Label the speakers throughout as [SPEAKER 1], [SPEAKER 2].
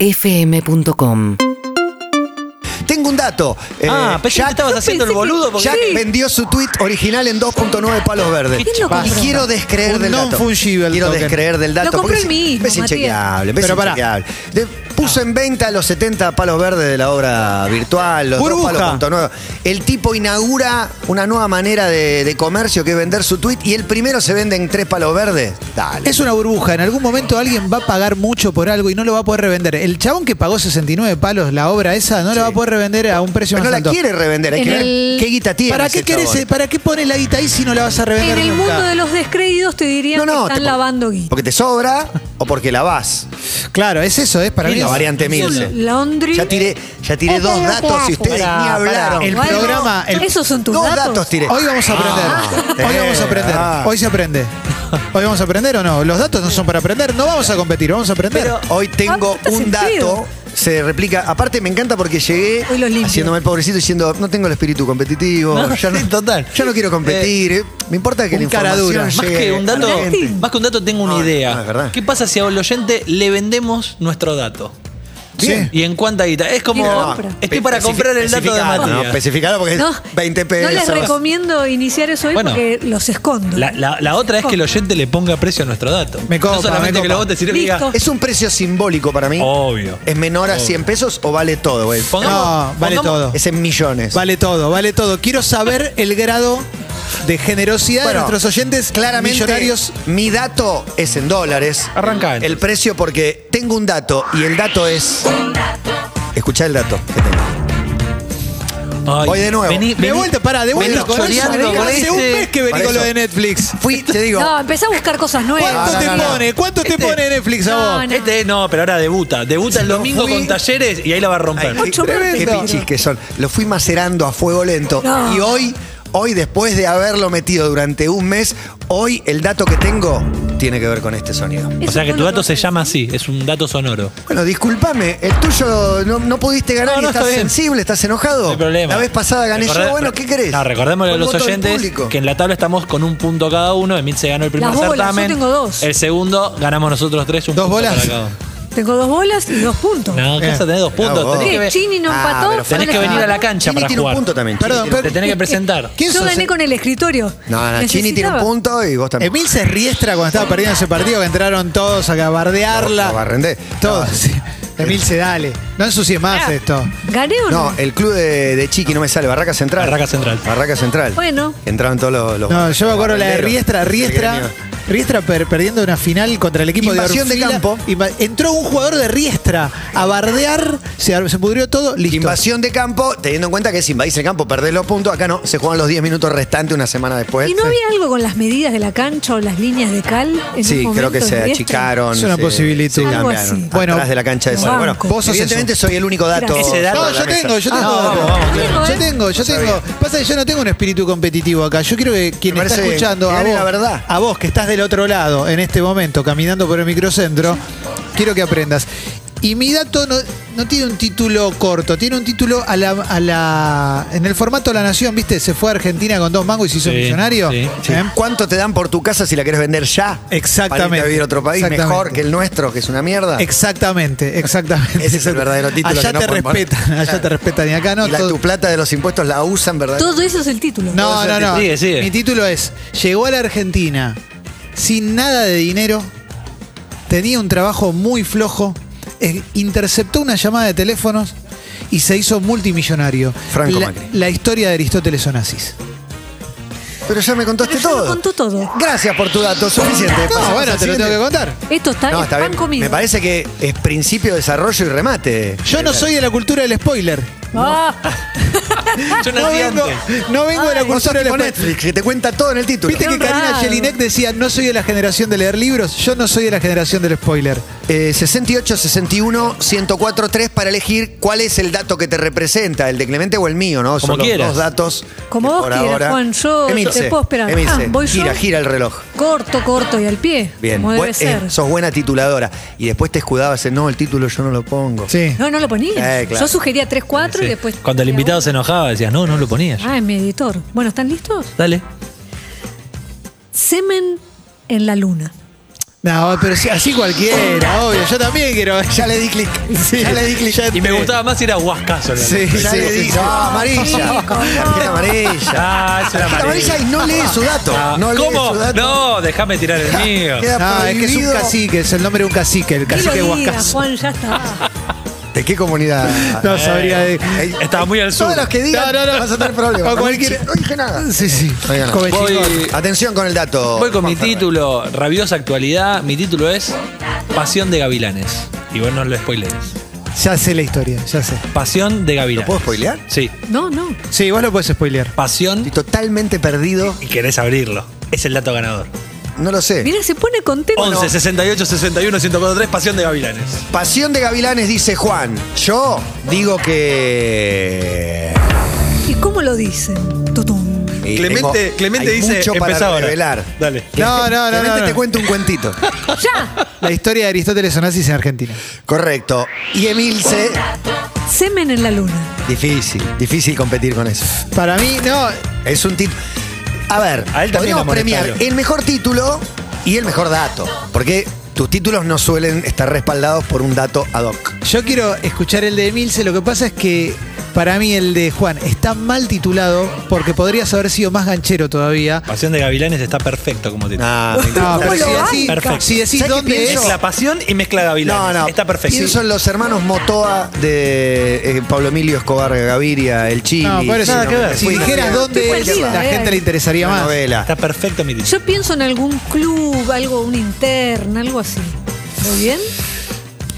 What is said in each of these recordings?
[SPEAKER 1] urbanaplayfm.com
[SPEAKER 2] Tengo un dato. Eh,
[SPEAKER 3] ah, pensé que te
[SPEAKER 2] Jack,
[SPEAKER 3] estabas haciendo el
[SPEAKER 4] pensé que-
[SPEAKER 3] boludo porque
[SPEAKER 2] Jack vendió su tweet original en 2.9 palos verdes.
[SPEAKER 4] ¿Quién lo
[SPEAKER 2] Y
[SPEAKER 4] compró?
[SPEAKER 2] quiero descreer
[SPEAKER 5] Un
[SPEAKER 2] del dato.
[SPEAKER 5] non-fungible
[SPEAKER 2] Quiero
[SPEAKER 5] token.
[SPEAKER 2] descreer del dato.
[SPEAKER 4] Lo compró
[SPEAKER 2] porque es-
[SPEAKER 4] el mismo,
[SPEAKER 2] Es
[SPEAKER 4] Matías.
[SPEAKER 2] inchequeable, es
[SPEAKER 5] Pero pará. Ah.
[SPEAKER 2] inchequeable. Le puso en venta los 70 palos verdes de la obra virtual, los dos
[SPEAKER 5] Burbuja.
[SPEAKER 2] palos punto nueve. El tipo inaugura una nueva manera de, de comercio que es vender su tweet y el primero se vende en tres palos verdes. Dale.
[SPEAKER 5] Es una burbuja. En algún momento alguien va a pagar mucho por algo y no lo va a poder revender. El chabón que pagó 69 palos la obra esa no la va a poder revender a un precio
[SPEAKER 2] Pero no
[SPEAKER 5] más
[SPEAKER 2] la
[SPEAKER 5] alto.
[SPEAKER 2] quiere revender, hay
[SPEAKER 4] En
[SPEAKER 2] que ver
[SPEAKER 4] el-
[SPEAKER 2] qué guita tiene.
[SPEAKER 5] ¿Para
[SPEAKER 2] ese
[SPEAKER 5] qué querés,
[SPEAKER 2] chabón.
[SPEAKER 5] para qué pones la guita ahí si no la vas a revender
[SPEAKER 4] En el
[SPEAKER 5] nunca?
[SPEAKER 4] mundo de los descréditos te dirían que
[SPEAKER 2] te-
[SPEAKER 4] están lavando guita.
[SPEAKER 2] Porque te sobra o porque la vas.
[SPEAKER 5] Claro, es eso, es para mí.
[SPEAKER 2] la
[SPEAKER 5] es-
[SPEAKER 2] variante Milce.
[SPEAKER 4] Laundry.
[SPEAKER 2] Ya tiré, ya tiré
[SPEAKER 6] Eso
[SPEAKER 2] dos
[SPEAKER 6] es lo que
[SPEAKER 2] datos y
[SPEAKER 6] hace.
[SPEAKER 2] ustedes
[SPEAKER 5] Pará,
[SPEAKER 2] ni
[SPEAKER 5] pará.
[SPEAKER 2] hablaron.
[SPEAKER 5] El
[SPEAKER 4] Bueno,
[SPEAKER 5] programa, el-
[SPEAKER 4] Esos son tus
[SPEAKER 2] dos datos,
[SPEAKER 4] datos.
[SPEAKER 2] tiré.
[SPEAKER 5] Hoy vamos a aprender.
[SPEAKER 2] Ah.
[SPEAKER 5] Hoy vamos a aprender.
[SPEAKER 2] Ah.
[SPEAKER 5] Hoy se aprende. Hoy vamos a aprender o no. Los datos no son para aprender. No vamos a competir, vamos a aprender.
[SPEAKER 2] Hoy tengo
[SPEAKER 4] ¿cuánto
[SPEAKER 2] un
[SPEAKER 4] sentido?
[SPEAKER 2] dato, se replica. Aparte, me encanta porque llegué
[SPEAKER 4] Hoy los limpio.
[SPEAKER 2] haciéndome el pobrecito diciendo, no tengo el espíritu competitivo. ya, no,
[SPEAKER 3] total.
[SPEAKER 2] ya no quiero competir. eh. me importa que la
[SPEAKER 5] un cara
[SPEAKER 2] información
[SPEAKER 5] dura.
[SPEAKER 3] más
[SPEAKER 2] llegue
[SPEAKER 3] que un
[SPEAKER 2] a la
[SPEAKER 3] dato,
[SPEAKER 2] gente.
[SPEAKER 3] más que un dato tengo una
[SPEAKER 2] No,
[SPEAKER 3] idea.
[SPEAKER 2] no, es verdad.
[SPEAKER 3] ¿Qué pasa si al oyente le vendemos nuestro dato?
[SPEAKER 5] Bien.
[SPEAKER 3] ¿Y en cuánta guita? Es como
[SPEAKER 4] Y lo compra.
[SPEAKER 3] estoy para
[SPEAKER 2] Especific-
[SPEAKER 3] comprar el dato de
[SPEAKER 2] especificalo, No, pues-
[SPEAKER 3] Matías.
[SPEAKER 2] especificalo porque
[SPEAKER 4] No,
[SPEAKER 2] es 20
[SPEAKER 4] no
[SPEAKER 2] pesos.
[SPEAKER 4] les recomiendo iniciar eso hoy
[SPEAKER 3] Bueno.
[SPEAKER 4] porque los escondo.
[SPEAKER 3] La, la- la otra es que el oyente le ponga precio a nuestro dato.
[SPEAKER 5] Me copa,
[SPEAKER 3] no solamente
[SPEAKER 5] me
[SPEAKER 3] que
[SPEAKER 5] copa.
[SPEAKER 3] lo vote, sino que
[SPEAKER 4] Listo.
[SPEAKER 3] diga,
[SPEAKER 2] ¿Es un precio simbólico para mí?
[SPEAKER 3] obvio.
[SPEAKER 2] ¿Es menor a
[SPEAKER 3] Oh.
[SPEAKER 2] 100 pesos o vale todo, güey?
[SPEAKER 5] No,
[SPEAKER 3] Pongamos-
[SPEAKER 5] vale
[SPEAKER 3] pongamos-
[SPEAKER 5] todo.
[SPEAKER 2] Es en millones.
[SPEAKER 5] Vale todo, vale todo. Quiero saber el grado de generosidad
[SPEAKER 2] Bueno,
[SPEAKER 5] de nuestros oyentes
[SPEAKER 2] Claramente,
[SPEAKER 5] millonarios.
[SPEAKER 2] mi dato es en dólares.
[SPEAKER 3] Arranca, entonces.
[SPEAKER 2] El precio, porque tengo un dato y el dato es. Escuchá el dato que tengo.
[SPEAKER 3] Ay,
[SPEAKER 2] Voy de nuevo.
[SPEAKER 3] vení-
[SPEAKER 5] De
[SPEAKER 3] vení-
[SPEAKER 5] vuelta, pará, de
[SPEAKER 3] vení
[SPEAKER 5] vuelta con eso.
[SPEAKER 3] choreando
[SPEAKER 5] vení.
[SPEAKER 3] con
[SPEAKER 5] Hace un
[SPEAKER 3] este-
[SPEAKER 5] mes que vení
[SPEAKER 2] Para
[SPEAKER 5] con lo
[SPEAKER 2] eso.
[SPEAKER 5] de Netflix.
[SPEAKER 2] Fui, te digo.
[SPEAKER 4] No, empecé a buscar cosas nuevas.
[SPEAKER 5] ¿Cuánto
[SPEAKER 2] no,
[SPEAKER 5] te
[SPEAKER 2] no, no.
[SPEAKER 5] pone? ¿Cuánto te
[SPEAKER 3] Este-
[SPEAKER 5] pone Netflix a
[SPEAKER 4] No,
[SPEAKER 5] vos?
[SPEAKER 4] no.
[SPEAKER 3] Este no, pero ahora debuta. Debuta el
[SPEAKER 2] Lo
[SPEAKER 3] domingo
[SPEAKER 2] fui-
[SPEAKER 3] con talleres y ahí la va a romper.
[SPEAKER 2] Ay,
[SPEAKER 4] Ocho
[SPEAKER 2] qué
[SPEAKER 4] meses.
[SPEAKER 2] pichis que son. Lo fui macerando a fuego lento.
[SPEAKER 4] No.
[SPEAKER 2] Y hoy, hoy, después de haberlo metido durante un mes, hoy el dato que tengo tiene que ver con este sonido.
[SPEAKER 3] o
[SPEAKER 4] Eso
[SPEAKER 3] sea que
[SPEAKER 4] fue lo
[SPEAKER 3] tu dato se
[SPEAKER 4] hice.
[SPEAKER 3] llama así, es un dato sonoro.
[SPEAKER 2] Bueno, discúlpame, el tuyo no, no pudiste ganar
[SPEAKER 3] No,
[SPEAKER 2] y
[SPEAKER 3] no,
[SPEAKER 2] estás
[SPEAKER 3] está bien.
[SPEAKER 2] sensible, estás enojado.
[SPEAKER 3] No hay problema.
[SPEAKER 2] La vez pasada gané
[SPEAKER 3] Recordá-
[SPEAKER 2] yo, bueno, ¿qué querés?
[SPEAKER 3] No, recordémosle
[SPEAKER 2] Fue
[SPEAKER 3] a
[SPEAKER 2] el
[SPEAKER 3] los
[SPEAKER 2] voto del
[SPEAKER 3] oyentes
[SPEAKER 2] público.
[SPEAKER 3] que en la tabla estamos con un punto cada uno. Emil se ganó el primer
[SPEAKER 4] Las bolas,
[SPEAKER 3] certamen.
[SPEAKER 4] yo tengo dos.
[SPEAKER 3] El segundo ganamos nosotros tres. Un
[SPEAKER 5] Dos
[SPEAKER 3] punto
[SPEAKER 5] bolas.
[SPEAKER 3] para cada uno.
[SPEAKER 4] Tengo dos bolas y dos puntos.
[SPEAKER 3] No, ¿qué vas a tener dos puntos.
[SPEAKER 2] vos.
[SPEAKER 3] Tenés que,
[SPEAKER 4] ¿Qué?
[SPEAKER 3] ve-
[SPEAKER 4] ¿Chini no
[SPEAKER 2] Ah,
[SPEAKER 4] empató?
[SPEAKER 2] pero
[SPEAKER 4] ¿No
[SPEAKER 3] tenés
[SPEAKER 4] les
[SPEAKER 3] que venir a la
[SPEAKER 4] empató?
[SPEAKER 3] cancha
[SPEAKER 2] Chini
[SPEAKER 3] para
[SPEAKER 2] tiene
[SPEAKER 3] jugar.
[SPEAKER 2] un punto también. Chini
[SPEAKER 5] Perdón,
[SPEAKER 2] tiene un
[SPEAKER 3] Te
[SPEAKER 5] pero-
[SPEAKER 3] tenés que presentar.
[SPEAKER 5] ¿Quién
[SPEAKER 4] Yo
[SPEAKER 5] sos?
[SPEAKER 4] gané con el escritorio.
[SPEAKER 2] No, no, Chini tiene un
[SPEAKER 4] Necesitaba.
[SPEAKER 2] punto y vos también.
[SPEAKER 5] Emil se riestra cuando estaba perdiendo ese partido que entraron todos a
[SPEAKER 2] Lo- lo
[SPEAKER 5] bardearla.
[SPEAKER 2] barrendé.
[SPEAKER 5] Todos.
[SPEAKER 2] No.
[SPEAKER 5] sí. Emil se dale. No ensucies más
[SPEAKER 4] Ah,
[SPEAKER 5] esto.
[SPEAKER 4] ¿Gané o no?
[SPEAKER 2] No, el club de, de Chiqui no me sale, Barraca Central.
[SPEAKER 3] Barraca Central.
[SPEAKER 2] Barraca Central.
[SPEAKER 4] Bueno.
[SPEAKER 2] Entraban todos los. los-
[SPEAKER 5] No, yo me acuerdo la de
[SPEAKER 2] banderos
[SPEAKER 5] Riestra,
[SPEAKER 2] del
[SPEAKER 5] Riestra.
[SPEAKER 2] gremio.
[SPEAKER 5] Riestra per- perdiendo una final contra el equipo
[SPEAKER 2] Invasión
[SPEAKER 5] de
[SPEAKER 2] de
[SPEAKER 5] Orfila.
[SPEAKER 2] campo.
[SPEAKER 5] Inva- entró un jugador de Riestra a bardear, se, ar- se pudrió todo, listo.
[SPEAKER 2] Invasión de campo, teniendo en cuenta que si invadís el campo, perdés los puntos. Acá no, se juegan los 10 minutos restantes una semana después.
[SPEAKER 4] ¿Y no había algo con las medidas de la cancha o las líneas de cal? en
[SPEAKER 2] Sí,
[SPEAKER 4] un
[SPEAKER 2] creo que
[SPEAKER 4] momento este?
[SPEAKER 2] se
[SPEAKER 4] en Riestra?
[SPEAKER 2] achicaron.
[SPEAKER 5] Es una
[SPEAKER 2] se-
[SPEAKER 5] posibilidad.
[SPEAKER 2] se
[SPEAKER 4] Algo
[SPEAKER 2] cambiaron.
[SPEAKER 4] así.
[SPEAKER 2] Bueno,
[SPEAKER 5] Bueno,
[SPEAKER 2] atrás de la cancha de
[SPEAKER 4] un
[SPEAKER 2] Sal. Bueno,
[SPEAKER 4] banco.
[SPEAKER 2] vos sos evidentemente soy el único dato.
[SPEAKER 4] Gracias. Ese
[SPEAKER 3] dato
[SPEAKER 5] No,
[SPEAKER 2] de la
[SPEAKER 5] yo
[SPEAKER 2] mesa.
[SPEAKER 5] tengo, yo
[SPEAKER 3] Ah,
[SPEAKER 5] tengo.
[SPEAKER 3] vamos, vamos,
[SPEAKER 4] claro.
[SPEAKER 5] yo tengo, yo tengo. Pasa que yo no tengo un espíritu competitivo acá. Yo quiero que quien
[SPEAKER 2] Me
[SPEAKER 5] está
[SPEAKER 2] parece bien,
[SPEAKER 5] escuchando,
[SPEAKER 2] que
[SPEAKER 5] a
[SPEAKER 2] gane
[SPEAKER 5] vos,
[SPEAKER 2] la verdad.
[SPEAKER 5] a vos que estás del otro lado en este momento, caminando por el microcentro, quiero que aprendas. Y mi dato no, no tiene un título corto, tiene un título a la, a la- en el formato La Nación, ¿viste? Se fue a Argentina con dos mangos y se hizo
[SPEAKER 3] Sí,
[SPEAKER 5] millonario.
[SPEAKER 3] sí,
[SPEAKER 2] Sí.
[SPEAKER 5] ¿Eh?
[SPEAKER 2] ¿Cuánto te dan por tu casa si la querés vender ya?
[SPEAKER 5] Exactamente.
[SPEAKER 2] Para irte a vivir a otro país
[SPEAKER 5] Exactamente.
[SPEAKER 2] mejor que el nuestro, que es una mierda.
[SPEAKER 5] Exactamente, exactamente.
[SPEAKER 2] Ese es el verdadero título
[SPEAKER 5] Allá
[SPEAKER 2] que no
[SPEAKER 5] te
[SPEAKER 2] pueden poner.
[SPEAKER 5] respetan, allá te respetan y acá no.
[SPEAKER 2] y la,
[SPEAKER 5] todo-
[SPEAKER 2] tu plata de los impuestos la usan, ¿verdad?
[SPEAKER 4] Todo eso es el título.
[SPEAKER 5] No, no, no.
[SPEAKER 3] Sigue, sigue.
[SPEAKER 5] Mi título es, llegó a la Argentina sin nada de dinero, tenía un trabajo muy flojo, eh, interceptó una llamada de teléfonos y se hizo multimillonario.
[SPEAKER 2] Franco
[SPEAKER 5] la,
[SPEAKER 2] Macri.
[SPEAKER 5] la historia de Aristóteles Onassis.
[SPEAKER 2] Pero ya me contaste
[SPEAKER 4] Pero ya
[SPEAKER 2] todo.
[SPEAKER 4] me contó todo.
[SPEAKER 2] Gracias por tu dato, suficiente. Pasamos
[SPEAKER 5] No, bueno,
[SPEAKER 2] al
[SPEAKER 5] te lo
[SPEAKER 2] siguiente.
[SPEAKER 5] tengo que contar.
[SPEAKER 4] Esto está,
[SPEAKER 2] No, está
[SPEAKER 4] pan
[SPEAKER 2] bien.
[SPEAKER 4] comido.
[SPEAKER 2] Me parece que es principio, desarrollo y remate.
[SPEAKER 5] Yo no soy de la cultura del spoiler.
[SPEAKER 4] Ah,
[SPEAKER 3] Yo
[SPEAKER 5] No
[SPEAKER 3] nací
[SPEAKER 5] vengo,
[SPEAKER 3] antes.
[SPEAKER 5] no vengo de la
[SPEAKER 2] Vos sos
[SPEAKER 5] cultura del
[SPEAKER 2] tipo
[SPEAKER 5] spoiler.
[SPEAKER 2] Netflix, que te cuenta todo en el título.
[SPEAKER 5] Viste que
[SPEAKER 4] Qué
[SPEAKER 5] Karina
[SPEAKER 4] honrado.
[SPEAKER 5] Jelinek decía, no soy de la generación de leer libros, yo no soy de la generación del spoiler.
[SPEAKER 2] Eh, 68, 61, 104, 3 para elegir cuál es el dato que te representa, el de Clemente o el mío, ¿no?
[SPEAKER 3] Como
[SPEAKER 2] Son los
[SPEAKER 3] quieras.
[SPEAKER 2] dos datos.
[SPEAKER 4] Como
[SPEAKER 2] que
[SPEAKER 4] vos
[SPEAKER 2] por
[SPEAKER 4] quieras,
[SPEAKER 2] ahora-
[SPEAKER 4] Juan, yo te
[SPEAKER 2] Emilce,
[SPEAKER 4] puedo esperar.
[SPEAKER 2] Emilce,
[SPEAKER 4] Ah, voy yo.
[SPEAKER 2] gira, gira el reloj.
[SPEAKER 4] corto, corto y al pie.
[SPEAKER 2] Bien,
[SPEAKER 4] Como debe
[SPEAKER 2] Buen- eh,
[SPEAKER 4] ser.
[SPEAKER 2] sos buena tituladora. Y después te escudabas en, no, el título yo no lo pongo.
[SPEAKER 5] Sí.
[SPEAKER 4] No, no lo ponía.
[SPEAKER 2] Eh, claro.
[SPEAKER 4] Yo sugería 3, 4
[SPEAKER 3] Sí.
[SPEAKER 4] y después.
[SPEAKER 3] Cuando el invitado se enojaba decías, no, no lo ponías.
[SPEAKER 4] Ah, es mi editor. Bueno, ¿están listos?
[SPEAKER 3] Dale.
[SPEAKER 4] Semen en la luna.
[SPEAKER 5] No, pero si- así cualquiera, obvio. Yo también quiero.
[SPEAKER 2] Ya le di clic.
[SPEAKER 5] Sí.
[SPEAKER 2] Ya le di clic.
[SPEAKER 5] Ya
[SPEAKER 3] Y me
[SPEAKER 5] te-
[SPEAKER 3] gustaba más ir a Huascaso. la
[SPEAKER 5] Sí,
[SPEAKER 3] verdad.
[SPEAKER 2] Ya
[SPEAKER 5] sí,
[SPEAKER 2] le di.
[SPEAKER 5] sí.
[SPEAKER 2] No, amarilla. Tarjeta amarilla.
[SPEAKER 3] Ah, es una
[SPEAKER 2] Tarjeta amarilla y no lee su dato.
[SPEAKER 3] Ah,
[SPEAKER 2] No lee
[SPEAKER 3] ¿Cómo?
[SPEAKER 2] su dato.
[SPEAKER 3] No, déjame tirar el mío.
[SPEAKER 2] Queda
[SPEAKER 5] No, es que es un
[SPEAKER 2] prohibido.
[SPEAKER 5] cacique, es el nombre de un cacique, el
[SPEAKER 4] Ni lo
[SPEAKER 5] cacique de
[SPEAKER 4] digas,
[SPEAKER 5] Huascazo.
[SPEAKER 4] Juan, ya está.
[SPEAKER 2] ¿De qué comunidad?
[SPEAKER 5] No sabría de.
[SPEAKER 2] Ey,
[SPEAKER 3] Estaba muy al sur.
[SPEAKER 2] Todos los que digan
[SPEAKER 5] No, no, no.
[SPEAKER 2] vas a tener problemas.
[SPEAKER 5] O cualquier-
[SPEAKER 2] No dije nada.
[SPEAKER 5] Sí, sí.
[SPEAKER 2] Oigan, no.
[SPEAKER 5] Joven
[SPEAKER 3] Voy-
[SPEAKER 5] chingón.
[SPEAKER 2] Eh, Atención con el dato.
[SPEAKER 3] Voy con mi
[SPEAKER 2] Juan Ferrer.
[SPEAKER 3] título, rabiosa actualidad. Mi título es Pasión de Gavilanes. Y vos no lo spoilees.
[SPEAKER 5] Ya sé la historia, ya sé.
[SPEAKER 3] Pasión de
[SPEAKER 2] ¿Lo
[SPEAKER 3] Gavilanes.
[SPEAKER 2] puedo spoilear?
[SPEAKER 3] Sí.
[SPEAKER 4] No, no.
[SPEAKER 5] Sí, vos lo puedes spoilear.
[SPEAKER 3] Pasión
[SPEAKER 2] Estoy totalmente perdido.
[SPEAKER 3] y querés abrirlo. Es el dato ganador.
[SPEAKER 2] No lo sé.
[SPEAKER 4] Mira, se pone contento.
[SPEAKER 3] 11 68 61 1043 Pasión de Gavilanes.
[SPEAKER 2] Pasión de Gavilanes, dice Juan. Yo digo que. eh,
[SPEAKER 4] ¿Y cómo lo dicen? Tutum.
[SPEAKER 2] Y
[SPEAKER 3] Clemente-
[SPEAKER 2] tengo-
[SPEAKER 3] Clemente
[SPEAKER 2] hay
[SPEAKER 3] dice,
[SPEAKER 2] Mucho
[SPEAKER 3] "Empezá
[SPEAKER 2] para
[SPEAKER 3] ahora".
[SPEAKER 2] revelar.
[SPEAKER 3] Dale.
[SPEAKER 5] No, no, no,
[SPEAKER 2] Clemente
[SPEAKER 5] no, no.
[SPEAKER 2] te cuento un cuentito.
[SPEAKER 4] ¡Ya!
[SPEAKER 5] La historia de Aristóteles Onassis en Argentina.
[SPEAKER 2] Correcto. Y Emilce.
[SPEAKER 4] Semen en la luna.
[SPEAKER 2] Difícil, difícil competir con eso.
[SPEAKER 5] Para mí, no.
[SPEAKER 2] Es un título. A ver,
[SPEAKER 3] A él también
[SPEAKER 2] podríamos
[SPEAKER 3] lo molestaron.
[SPEAKER 2] premiar el mejor título y el mejor dato. Porque tus títulos no suelen estar respaldados por un dato ad hoc.
[SPEAKER 5] Yo quiero escuchar el de Emilce. Lo que pasa es que para mí el de Juan está mal titulado porque podrías haber sido más ganchero todavía.
[SPEAKER 3] Pasión de Gavilanes está perfecto como título.
[SPEAKER 2] Ah, me encanta.
[SPEAKER 5] No, pero
[SPEAKER 4] lo
[SPEAKER 5] si decís,
[SPEAKER 3] banca?
[SPEAKER 5] si decís
[SPEAKER 2] ¿Sabes qué
[SPEAKER 5] dónde es.
[SPEAKER 2] pienso?
[SPEAKER 3] Es la pasión y mezcla Gavilanes.
[SPEAKER 2] No, no.
[SPEAKER 3] Está perfecto.
[SPEAKER 2] Pienso en los hermanos Motoa de eh, Pablo Emilio Escobar Gaviria, El Chili.
[SPEAKER 5] No, por eso
[SPEAKER 3] Nada
[SPEAKER 5] no.
[SPEAKER 3] que ver.
[SPEAKER 5] Si
[SPEAKER 2] Fui-
[SPEAKER 5] dijeras dónde
[SPEAKER 4] Estoy
[SPEAKER 5] es,
[SPEAKER 4] perdida,
[SPEAKER 5] la
[SPEAKER 4] eh.
[SPEAKER 5] gente le interesaría
[SPEAKER 2] Una
[SPEAKER 5] más.
[SPEAKER 2] novela.
[SPEAKER 3] Está perfecto mi título.
[SPEAKER 4] Yo pienso en algún club, algo, una interna, algo así. ¿Muy bien?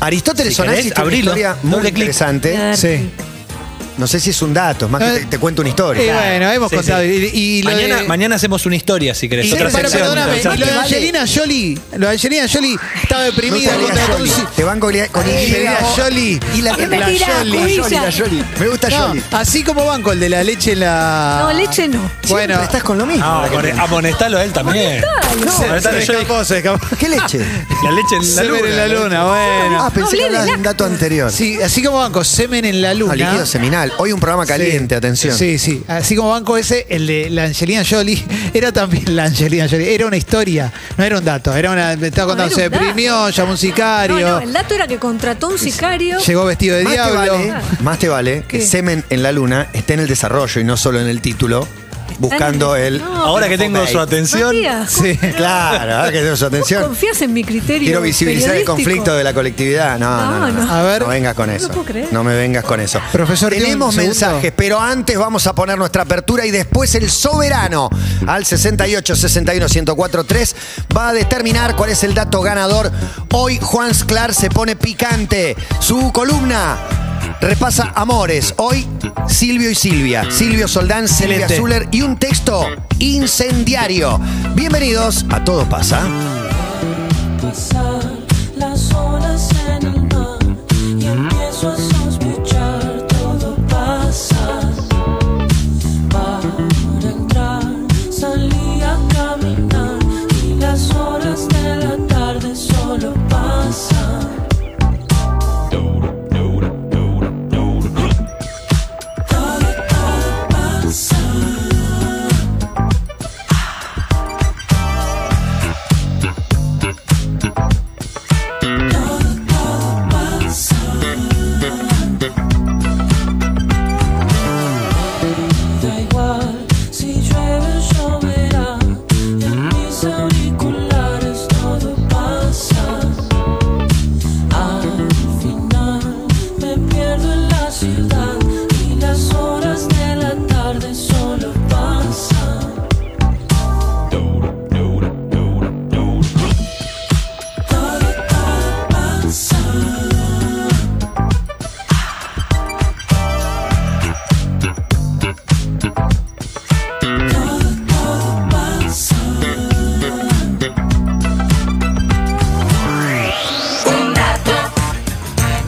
[SPEAKER 2] Aristóteles
[SPEAKER 3] Si
[SPEAKER 2] Onassis tiene
[SPEAKER 3] querés,
[SPEAKER 2] una
[SPEAKER 3] abrilo.
[SPEAKER 2] historia muy
[SPEAKER 3] Doble clic.
[SPEAKER 2] interesante.
[SPEAKER 5] Sí.
[SPEAKER 2] No sé si es un dato, es más que
[SPEAKER 5] Eh,
[SPEAKER 2] te, te cuento una
[SPEAKER 5] Y
[SPEAKER 2] historia.
[SPEAKER 5] bueno, hemos
[SPEAKER 3] Sí,
[SPEAKER 5] contado.
[SPEAKER 3] sí.
[SPEAKER 5] Y, y lo
[SPEAKER 3] mañana,
[SPEAKER 5] de-
[SPEAKER 3] mañana hacemos una historia si querés.
[SPEAKER 5] Y,
[SPEAKER 3] otra
[SPEAKER 5] pero
[SPEAKER 3] sección.
[SPEAKER 5] perdóname, y
[SPEAKER 3] interesante.
[SPEAKER 5] lo de
[SPEAKER 2] Vale.
[SPEAKER 5] Angelina Jolie, lo de Angelina Jolie estaba
[SPEAKER 2] No
[SPEAKER 5] deprimida
[SPEAKER 2] sabía
[SPEAKER 5] contra
[SPEAKER 2] Yoli.
[SPEAKER 5] Tulsi.
[SPEAKER 2] Te van con, con
[SPEAKER 5] Eh,
[SPEAKER 2] Y.
[SPEAKER 5] mira,
[SPEAKER 2] vos.
[SPEAKER 5] Yoli.
[SPEAKER 2] Y la,
[SPEAKER 4] ¿Qué
[SPEAKER 2] la
[SPEAKER 4] mentira,
[SPEAKER 2] Yoli, la
[SPEAKER 4] Julissa?
[SPEAKER 2] Yoli, la Yoli. Me gusta
[SPEAKER 5] No,
[SPEAKER 2] Yoli.
[SPEAKER 5] así como van con el de la leche en la.
[SPEAKER 2] Ah.
[SPEAKER 4] No, leche no.
[SPEAKER 5] Bueno,
[SPEAKER 2] Siempre estás con lo mismo.
[SPEAKER 3] No,
[SPEAKER 2] la que
[SPEAKER 3] amone-
[SPEAKER 2] tenés.
[SPEAKER 3] amonestalo a él también.
[SPEAKER 5] se- se
[SPEAKER 3] Ah, amonestalo
[SPEAKER 5] me
[SPEAKER 3] yo.
[SPEAKER 5] escapó, se me escapó.
[SPEAKER 2] ¿Qué leche?
[SPEAKER 3] La leche en la
[SPEAKER 5] Semen
[SPEAKER 3] luna.
[SPEAKER 5] en la luna, bueno.
[SPEAKER 2] Ah, pensé que
[SPEAKER 4] hablé de
[SPEAKER 2] hablabas de un
[SPEAKER 4] lácteos.
[SPEAKER 2] dato anterior.
[SPEAKER 5] Sí, así como banco, semen en la
[SPEAKER 2] No,
[SPEAKER 5] luna.
[SPEAKER 2] líquido seminal. Hoy un programa caliente,
[SPEAKER 5] Sí.
[SPEAKER 2] atención.
[SPEAKER 5] Sí, sí. Así como banco ese, el de la Angelina Jolie, era también la Angelina Jolie. Era una historia, no era un dato. Era una. Me estaba
[SPEAKER 4] No,
[SPEAKER 5] contando,
[SPEAKER 4] era
[SPEAKER 5] se
[SPEAKER 4] un dato.
[SPEAKER 5] deprimió, llamó un sicario.
[SPEAKER 4] No, no, el dato era que contrató un sicario.
[SPEAKER 5] Llegó vestido de
[SPEAKER 2] Más te,
[SPEAKER 5] diablo.
[SPEAKER 2] vale,
[SPEAKER 4] Ah.
[SPEAKER 2] más te vale que
[SPEAKER 4] ¿Qué?
[SPEAKER 2] Semen en la Luna esté en el desarrollo y no solo en el título, buscando
[SPEAKER 4] en el-
[SPEAKER 2] el...
[SPEAKER 4] No.
[SPEAKER 3] Ahora que tengo su atención.
[SPEAKER 4] Matías, ¿cómo
[SPEAKER 5] Sí.
[SPEAKER 2] Claro, ahora que tengo su
[SPEAKER 4] ¿Vos
[SPEAKER 2] atención.
[SPEAKER 4] confías en mi criterio?
[SPEAKER 2] Quiero visibilizar el
[SPEAKER 4] periodístico?
[SPEAKER 2] conflicto de la colectividad. No, no,
[SPEAKER 4] No,
[SPEAKER 2] no.
[SPEAKER 4] no.
[SPEAKER 5] A ver.
[SPEAKER 2] No vengas con
[SPEAKER 4] No
[SPEAKER 2] eso.
[SPEAKER 4] lo puedo creer.
[SPEAKER 2] No me vengas con eso.
[SPEAKER 5] Profesor, ¿tiene un
[SPEAKER 2] tenemos
[SPEAKER 5] segundo?
[SPEAKER 2] mensajes, pero antes vamos a poner nuestra apertura y después el soberano al 68 61 104 3 va a determinar cuál es el dato ganador. Hoy Juan Sclar se pone picante. Su columna repasa amores. Hoy Silvio y Silvia. Silvio Soldán, Silvia
[SPEAKER 5] Excelente.
[SPEAKER 2] Zuller y un texto incendiario. Bienvenidos a Todo pasa.
[SPEAKER 1] pasar las olas en el mar y empiezo a sospechar todo pasa para entrar salí a caminar y las horas de la tarde solo pasan todo todo pasa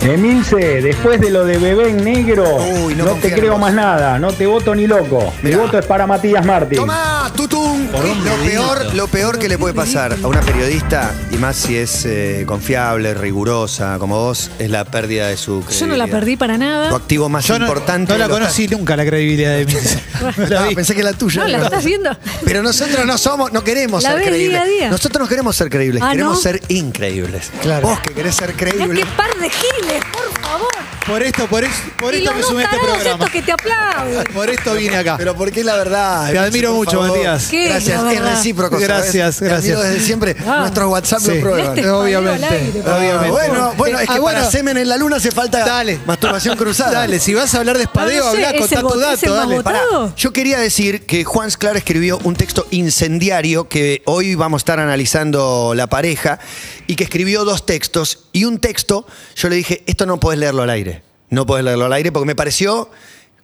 [SPEAKER 6] Emilce, Eh, después de lo de Bebé en Negro,
[SPEAKER 2] Uy,
[SPEAKER 6] no,
[SPEAKER 2] no
[SPEAKER 6] te
[SPEAKER 2] confío en
[SPEAKER 6] creo
[SPEAKER 2] vos.
[SPEAKER 6] más nada, no te voto ni loco.
[SPEAKER 2] Mirá.
[SPEAKER 6] Mi voto es para Matías Martín.
[SPEAKER 2] Tomá, tutum.
[SPEAKER 3] Por un
[SPEAKER 2] Lo peor,
[SPEAKER 3] dedito.
[SPEAKER 2] lo peor que le puede pasar a una periodista, y más si es eh, confiable, rigurosa, como vos, es la pérdida de su
[SPEAKER 4] Yo no la
[SPEAKER 2] credibilidad.
[SPEAKER 4] perdí para
[SPEAKER 2] Tu
[SPEAKER 4] nada.
[SPEAKER 2] activo más
[SPEAKER 5] Yo no,
[SPEAKER 2] importante.
[SPEAKER 5] no la
[SPEAKER 2] lo
[SPEAKER 5] conocí nunca la credibilidad de Emilce. No la
[SPEAKER 2] estás-
[SPEAKER 5] vi.
[SPEAKER 2] No, pensé que la tuya.
[SPEAKER 4] No, la estás viendo.
[SPEAKER 2] Pero nosotros no somos, no queremos
[SPEAKER 4] La
[SPEAKER 2] ser
[SPEAKER 4] ves
[SPEAKER 2] creíbles.
[SPEAKER 4] día a día.
[SPEAKER 2] Nosotros no queremos ser creíbles,
[SPEAKER 4] Ah,
[SPEAKER 2] queremos
[SPEAKER 4] ¿no?
[SPEAKER 2] ser increíbles.
[SPEAKER 5] Claro.
[SPEAKER 2] Vos que querés ser
[SPEAKER 4] Mirá
[SPEAKER 2] creíble.
[SPEAKER 4] qué par de giles, por favor.
[SPEAKER 5] Por esto, por, es- por
[SPEAKER 4] y
[SPEAKER 5] esto
[SPEAKER 4] los
[SPEAKER 5] me
[SPEAKER 4] dos
[SPEAKER 5] sumé a este
[SPEAKER 4] tarados
[SPEAKER 5] programa.
[SPEAKER 4] estos que te aplauden.
[SPEAKER 5] Por esto vine acá.
[SPEAKER 2] Pero porque es la verdad.
[SPEAKER 5] Te admiro
[SPEAKER 2] por
[SPEAKER 5] mucho,
[SPEAKER 2] favor.
[SPEAKER 5] Matías.
[SPEAKER 4] ¿Qué?
[SPEAKER 2] Gracias,
[SPEAKER 4] La
[SPEAKER 2] es
[SPEAKER 4] verdad.
[SPEAKER 2] recíproco. ¿sabes?
[SPEAKER 5] Gracias,
[SPEAKER 2] Te admiro
[SPEAKER 5] gracios.
[SPEAKER 2] desde siempre.
[SPEAKER 4] Ah.
[SPEAKER 2] Nuestros WhatsApp
[SPEAKER 5] Sí.
[SPEAKER 2] lo prueban.
[SPEAKER 4] Este
[SPEAKER 5] obviamente,
[SPEAKER 4] español al aire, por
[SPEAKER 2] Ah,
[SPEAKER 5] obviamente.
[SPEAKER 2] bueno, bueno, es que
[SPEAKER 5] Ah, bueno.
[SPEAKER 2] para semen en la luna hace falta
[SPEAKER 5] Dale.
[SPEAKER 2] masturbación cruzada.
[SPEAKER 5] Dale, si vas a hablar de espadeo,
[SPEAKER 4] No, no sé,
[SPEAKER 5] hablá,
[SPEAKER 4] es
[SPEAKER 5] contá
[SPEAKER 4] el
[SPEAKER 5] tu
[SPEAKER 4] bot- es
[SPEAKER 5] dato,
[SPEAKER 4] el más
[SPEAKER 5] dale.
[SPEAKER 4] votado.
[SPEAKER 2] Pará,
[SPEAKER 4] todo.
[SPEAKER 2] yo quería decir que Juan Sclar escribió un texto incendiario que hoy vamos a estar analizando la pareja y que escribió dos textos y un texto yo le dije, esto no podés leerlo al aire, no podés leerlo al aire porque me pareció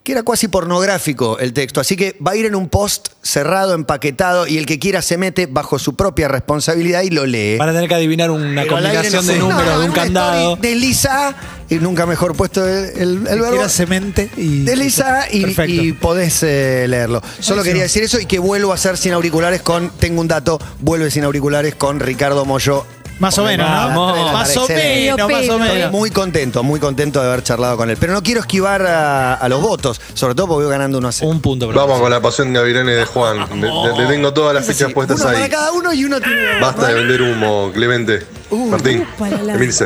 [SPEAKER 2] que era casi pornográfico el texto, así que va a ir en un post cerrado, empaquetado y el que quiera se mete bajo su propia responsabilidad y lo lee.
[SPEAKER 3] Van a tener que adivinar una
[SPEAKER 2] Pero al aire
[SPEAKER 3] combinación
[SPEAKER 2] no
[SPEAKER 3] de
[SPEAKER 2] sé.
[SPEAKER 3] números,
[SPEAKER 2] No,
[SPEAKER 3] de
[SPEAKER 2] en
[SPEAKER 3] un
[SPEAKER 2] una
[SPEAKER 3] candado.
[SPEAKER 2] story Desliza, y nunca mejor puesto el, el- el
[SPEAKER 5] Que
[SPEAKER 2] verbo.
[SPEAKER 5] era semente y.
[SPEAKER 2] Desliza y,
[SPEAKER 5] Perfecto.
[SPEAKER 2] y podés eh, leerlo. Solo
[SPEAKER 5] Buenísimo.
[SPEAKER 2] quería decir eso y que vuelvo a hacer sin auriculares con, tengo un dato, vuelve sin auriculares con Ricardo Mollo.
[SPEAKER 5] Más o menos,
[SPEAKER 3] Vamos.
[SPEAKER 5] ¿no? Más o
[SPEAKER 2] Excelente.
[SPEAKER 5] menos, más o
[SPEAKER 2] Estoy
[SPEAKER 5] menos.
[SPEAKER 2] muy contento, muy contento de haber charlado con él. Pero no quiero esquivar a, a los votos, sobre todo porque voy ganando uno a cero.
[SPEAKER 3] Un punto. por
[SPEAKER 7] Vamos
[SPEAKER 3] favor.
[SPEAKER 7] con la pasión Gavilanes de Juan. Le, le- le tengo todas las
[SPEAKER 2] Es así,
[SPEAKER 7] fichas puestas
[SPEAKER 2] uno
[SPEAKER 7] ahí.
[SPEAKER 2] para cada uno y uno tiene...
[SPEAKER 7] Basta de vender humo, Clemente.
[SPEAKER 2] Uh,
[SPEAKER 7] Martín.
[SPEAKER 4] para la-
[SPEAKER 7] Emilce.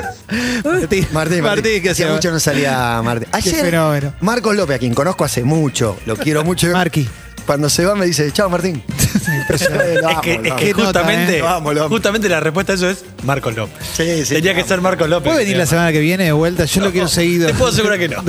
[SPEAKER 5] Martín,
[SPEAKER 2] Martín, Martín,
[SPEAKER 5] ¿qué
[SPEAKER 2] hacía
[SPEAKER 5] hacía?
[SPEAKER 2] mucho no salía Martín. Ayer,
[SPEAKER 5] fenómeno.
[SPEAKER 2] Marcos López, a quien conozco hace mucho, lo quiero mucho.
[SPEAKER 5] Marqui.
[SPEAKER 2] Cuando se va me dice, chao Martín. eh, Impresionante, lo
[SPEAKER 3] Es
[SPEAKER 2] amo,
[SPEAKER 3] que,
[SPEAKER 2] lo
[SPEAKER 3] es
[SPEAKER 2] amo.
[SPEAKER 3] que
[SPEAKER 5] nota,
[SPEAKER 3] justamente,
[SPEAKER 5] ¿eh?
[SPEAKER 2] Lo amo, lo amo.
[SPEAKER 3] justamente la respuesta a eso es Marcos López.
[SPEAKER 2] Sí, sí,
[SPEAKER 3] Tenía que
[SPEAKER 2] vamos.
[SPEAKER 3] ser Marcos López.
[SPEAKER 5] ¿Puede venir la semana que viene de vuelta? Yo lo quiero seguido.
[SPEAKER 3] Te puedo asegurar que no.